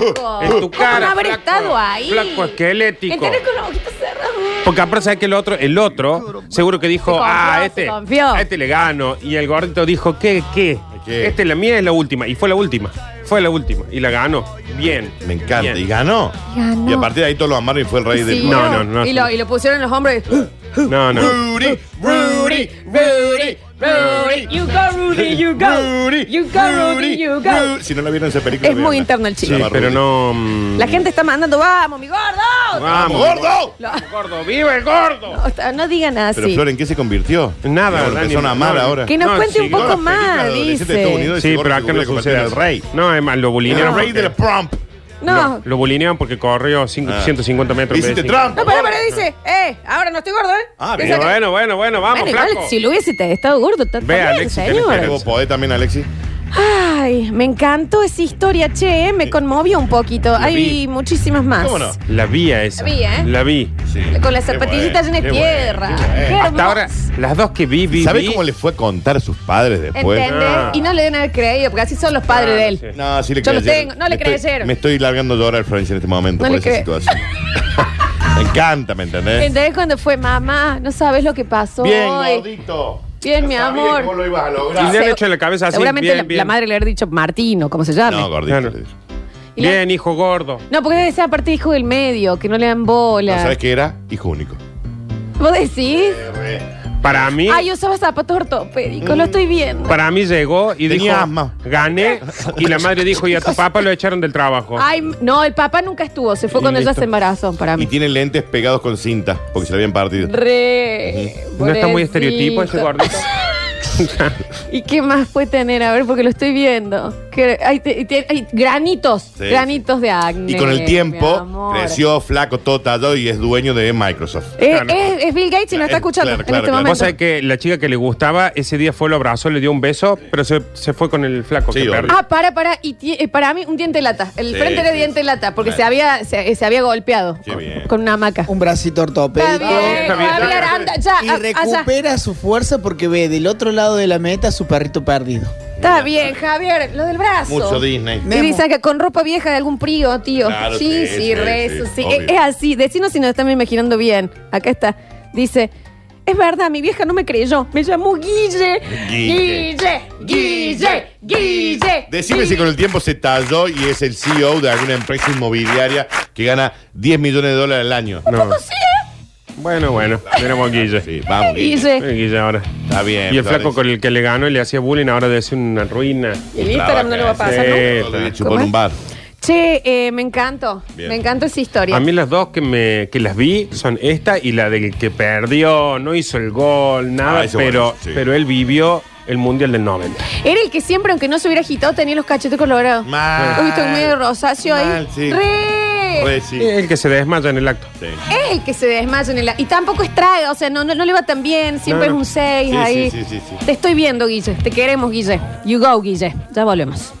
Speaker 2: Uh, uh, uh,
Speaker 1: carajo!
Speaker 2: en tu cara,
Speaker 1: ¿Cómo no habré
Speaker 2: flaco,
Speaker 1: estado ahí?
Speaker 2: flaco esquelético.
Speaker 1: ¿Entendés con los ojitos cerrados?
Speaker 2: Porque aparte sabe que el otro, el otro, seguro que dijo,
Speaker 1: Se confió,
Speaker 2: ah,
Speaker 1: se
Speaker 2: este,
Speaker 1: confió.
Speaker 2: a este le gano. Y el gordito dijo, ¿qué, qué?
Speaker 3: ¿Qué?
Speaker 2: Este la mía es la última. Y fue la última. Fue la última. Y la ganó. Bien.
Speaker 3: Me encanta. Y ganó.
Speaker 1: Ganó.
Speaker 3: Y a partir de ahí todos lo amaron y fue el rey del
Speaker 1: Siguió. Y lo, y lo pusieron en los hombros. y-
Speaker 2: No, no.
Speaker 3: Rudy, Rudy,
Speaker 1: Rudy, Rudy. You go, Rudy, you go.
Speaker 3: Rudy,
Speaker 1: You go, Rudy, you go.
Speaker 3: Si no la vieron esa película.
Speaker 1: Es muy
Speaker 3: véanla.
Speaker 1: interno el chiste.
Speaker 3: Se llama
Speaker 2: Pero
Speaker 3: Rudy.
Speaker 2: no. mm,
Speaker 1: La gente está mandando, ¡vamos, mi gordo!
Speaker 2: ¡Vamos,
Speaker 3: gordo!
Speaker 1: Lo-
Speaker 2: gordo, viva el gordo.
Speaker 1: No, está- no digan
Speaker 3: Pero
Speaker 1: así.
Speaker 3: Flor, ¿en qué se convirtió?
Speaker 2: Nada,
Speaker 3: Porque
Speaker 2: Dani,
Speaker 3: son a amar
Speaker 2: no,
Speaker 3: ahora.
Speaker 1: Que nos
Speaker 2: No,
Speaker 1: cuente
Speaker 2: sí,
Speaker 1: un poco
Speaker 2: todas las
Speaker 1: más,
Speaker 3: adolescentes de Estados
Speaker 1: dice.
Speaker 3: Unidos.
Speaker 2: Sí,
Speaker 3: Gordo que
Speaker 2: pero acá no
Speaker 3: hubiera combatido
Speaker 2: sucede
Speaker 3: al
Speaker 2: eso.
Speaker 3: rey.
Speaker 2: No, es más, lo bulinearon.
Speaker 3: El rey de la Trump.
Speaker 1: No, no,
Speaker 2: Lo bulinearon porque corrió cinco-
Speaker 3: Ah.
Speaker 2: 150 metros.
Speaker 3: Hiciste
Speaker 2: Sí.
Speaker 3: trampa.
Speaker 1: pero, pero dice, ¡eh! Ahora no estoy gordo, ¿eh?
Speaker 3: Ah,
Speaker 1: Te
Speaker 2: Pero
Speaker 1: saca-
Speaker 2: bueno, bueno, bueno, vamos,
Speaker 1: Bueno, igual,
Speaker 2: flaco.
Speaker 1: si lo hubiese estado gordo, está
Speaker 2: Ve,
Speaker 1: está bien,
Speaker 2: Alexis, tenés
Speaker 1: señor.
Speaker 3: ¿Vos podés también, Alexi?
Speaker 1: Ay, me encantó esa historia, che, eh, me conmovió un poquito.
Speaker 2: La
Speaker 1: Hay
Speaker 2: vi.
Speaker 1: muchísimas más.
Speaker 2: ¿Cómo no? La vi a esa.
Speaker 1: La vi, ¿eh?
Speaker 2: La vi.
Speaker 1: Con las
Speaker 2: Qué
Speaker 1: zapatillitas
Speaker 2: bueno,
Speaker 1: llenas de
Speaker 2: qué bueno,
Speaker 1: tierra.
Speaker 2: qué
Speaker 1: Qué
Speaker 2: bueno.
Speaker 1: hermoso.
Speaker 2: Hasta ahora, las dos que vi, vi,
Speaker 3: ¿Sabés
Speaker 2: vi.
Speaker 3: cómo le fue a contar a sus padres después?
Speaker 1: ¿Entendés? Y no le deben haber creído, porque así son los
Speaker 2: Ah,
Speaker 1: padres de él.
Speaker 3: No, sí le
Speaker 1: Yo lo
Speaker 3: creyeron.
Speaker 1: tengo, no le
Speaker 3: Me estoy-
Speaker 1: creyeron.
Speaker 3: Me estoy largando de llorar, Florencia, en este momento
Speaker 1: No
Speaker 3: por
Speaker 1: le
Speaker 3: esa
Speaker 1: cre-
Speaker 3: situación. *laughs* me encanta, ¿me entendés?
Speaker 1: ¿Entendés cuando fue mamá? No sabes lo que pasó
Speaker 3: Bien,
Speaker 1: hoy.
Speaker 3: gordito.
Speaker 1: Bien,
Speaker 3: Ya
Speaker 1: mi
Speaker 3: sabía
Speaker 1: amor.
Speaker 3: que vos lo ibas a
Speaker 2: Y le
Speaker 3: lograr.
Speaker 2: han hecho en la cabeza así.
Speaker 1: Seguramente
Speaker 2: bien,
Speaker 1: la,
Speaker 2: bien.
Speaker 1: la madre le había dicho Martino, como se llame.
Speaker 3: No,
Speaker 1: No,
Speaker 3: gordito.
Speaker 2: Claro.
Speaker 3: le dije.
Speaker 1: Y la-
Speaker 2: Bien, hijo gordo.
Speaker 1: porque ese aparte hijo del medio, que no le dan bola.
Speaker 3: No, ¿Sabes qué era? Hijo único.
Speaker 1: ¿Vos decís?
Speaker 2: Para mí,
Speaker 1: Ay, usaba zapatos ortopédicos,
Speaker 2: Mm.
Speaker 1: lo estoy viendo.
Speaker 2: para mí llegó y
Speaker 3: Tenía
Speaker 2: dijo,
Speaker 3: asma. *laughs*
Speaker 2: gané. Y la madre dijo, y a tu papá lo echaron del trabajo.
Speaker 1: Ay, no, el papá nunca estuvo, se fue
Speaker 3: Y
Speaker 1: cuando ella
Speaker 3: listo.
Speaker 1: se embarazó, para
Speaker 3: Y
Speaker 1: mí.
Speaker 3: tiene lentes pegados con cinta, porque se le habían partido.
Speaker 1: Re.
Speaker 2: ¿No está muy
Speaker 1: pobrecito.
Speaker 2: estereotipo ese
Speaker 1: *laughs*
Speaker 2: gordito?
Speaker 1: ¿Y qué más puede tener? A ver, porque lo estoy viendo. Que hay, te- te- hay granitos,
Speaker 3: Sí,
Speaker 1: granitos de acné.
Speaker 3: Y con el
Speaker 1: mi
Speaker 3: tiempo
Speaker 1: amor.
Speaker 3: creció flaco, todo tallado y es dueño de Microsoft.
Speaker 1: Eh, es, es Bill Gates y no está escuchando en este
Speaker 2: La cosa es
Speaker 1: momento.
Speaker 2: que la chica que le gustaba, ese día fue, lo abrazó, le dio un beso, pero se, se fue con el flaco que perdió.
Speaker 1: Ah, para, para. Y ti- eh, para mí, un diente de lata. El
Speaker 2: Sí,
Speaker 1: frente era
Speaker 2: sí,
Speaker 1: diente de lata, porque
Speaker 2: Claro.
Speaker 1: se había, se, se había golpeado con una hamaca.
Speaker 6: Un bracito ortopédico.
Speaker 1: Está bien, Ah, Javier, anda, ya,
Speaker 6: y
Speaker 1: a- allá.
Speaker 6: recupera su fuerza porque ve del otro lado de la meta a su perrito perdido.
Speaker 1: Está bien, Javier, lo del brazo.
Speaker 3: Disney.
Speaker 1: Y dice que con ropa vieja de algún prío, tío.
Speaker 3: Claro,
Speaker 1: sí,
Speaker 3: sí,
Speaker 1: sí,
Speaker 3: sí,
Speaker 1: re,
Speaker 3: sí,
Speaker 1: eso sí.
Speaker 3: obvio.
Speaker 1: Es, es así. Decinos si nos estamos imaginando bien. Acá está. Dice, es verdad, mi vieja no me creyó. Me llamó Guille.
Speaker 3: Guille.
Speaker 1: Guille, Guille, Guille.
Speaker 3: Decime si con el tiempo se talló y es el CEO de alguna empresa inmobiliaria que gana 10 millones de dólares al año.
Speaker 1: ¿Cómo sí, eh?
Speaker 2: Bueno, bueno, miramos a Guille. Sí,
Speaker 3: vamos,
Speaker 1: Guille.
Speaker 2: Eh, Guille ahora.
Speaker 3: Está bien.
Speaker 2: Y el
Speaker 3: Florencia.
Speaker 2: flaco con el que le ganó y le hacía bullying ahora debe ser una ruina.
Speaker 1: Y el Instagram no lo va a pasar, ¿no?
Speaker 3: Todo el día
Speaker 2: Sí,
Speaker 3: chupó en un bar.
Speaker 1: Che, eh, me encantó.
Speaker 2: Bien.
Speaker 1: Me encantó esa historia.
Speaker 2: A mí las dos que me que las vi son esta y la del que perdió, no hizo el gol, nada,
Speaker 3: Ah, eso
Speaker 2: pero,
Speaker 3: bueno, sí.
Speaker 2: pero él vivió el Mundial del 90.
Speaker 1: Era el que siempre, aunque no se hubiera agitado, tenía los cachetes colorados.
Speaker 3: Mal.
Speaker 1: Uy, estoy medio rosáceo ahí.
Speaker 2: Mal, sí.
Speaker 1: Re.
Speaker 2: El que se desmaya en el acto.
Speaker 1: Es el que se desmaya en el... Y tampoco estraga, o sea, no, no, no le va tan bien, siempre
Speaker 2: No, no.
Speaker 1: es un 6
Speaker 2: Sí,
Speaker 1: ahí.
Speaker 2: sí, sí, sí, sí.
Speaker 1: Te estoy viendo, Guille. Te queremos, Guille. You go, Guille. Ya volvemos.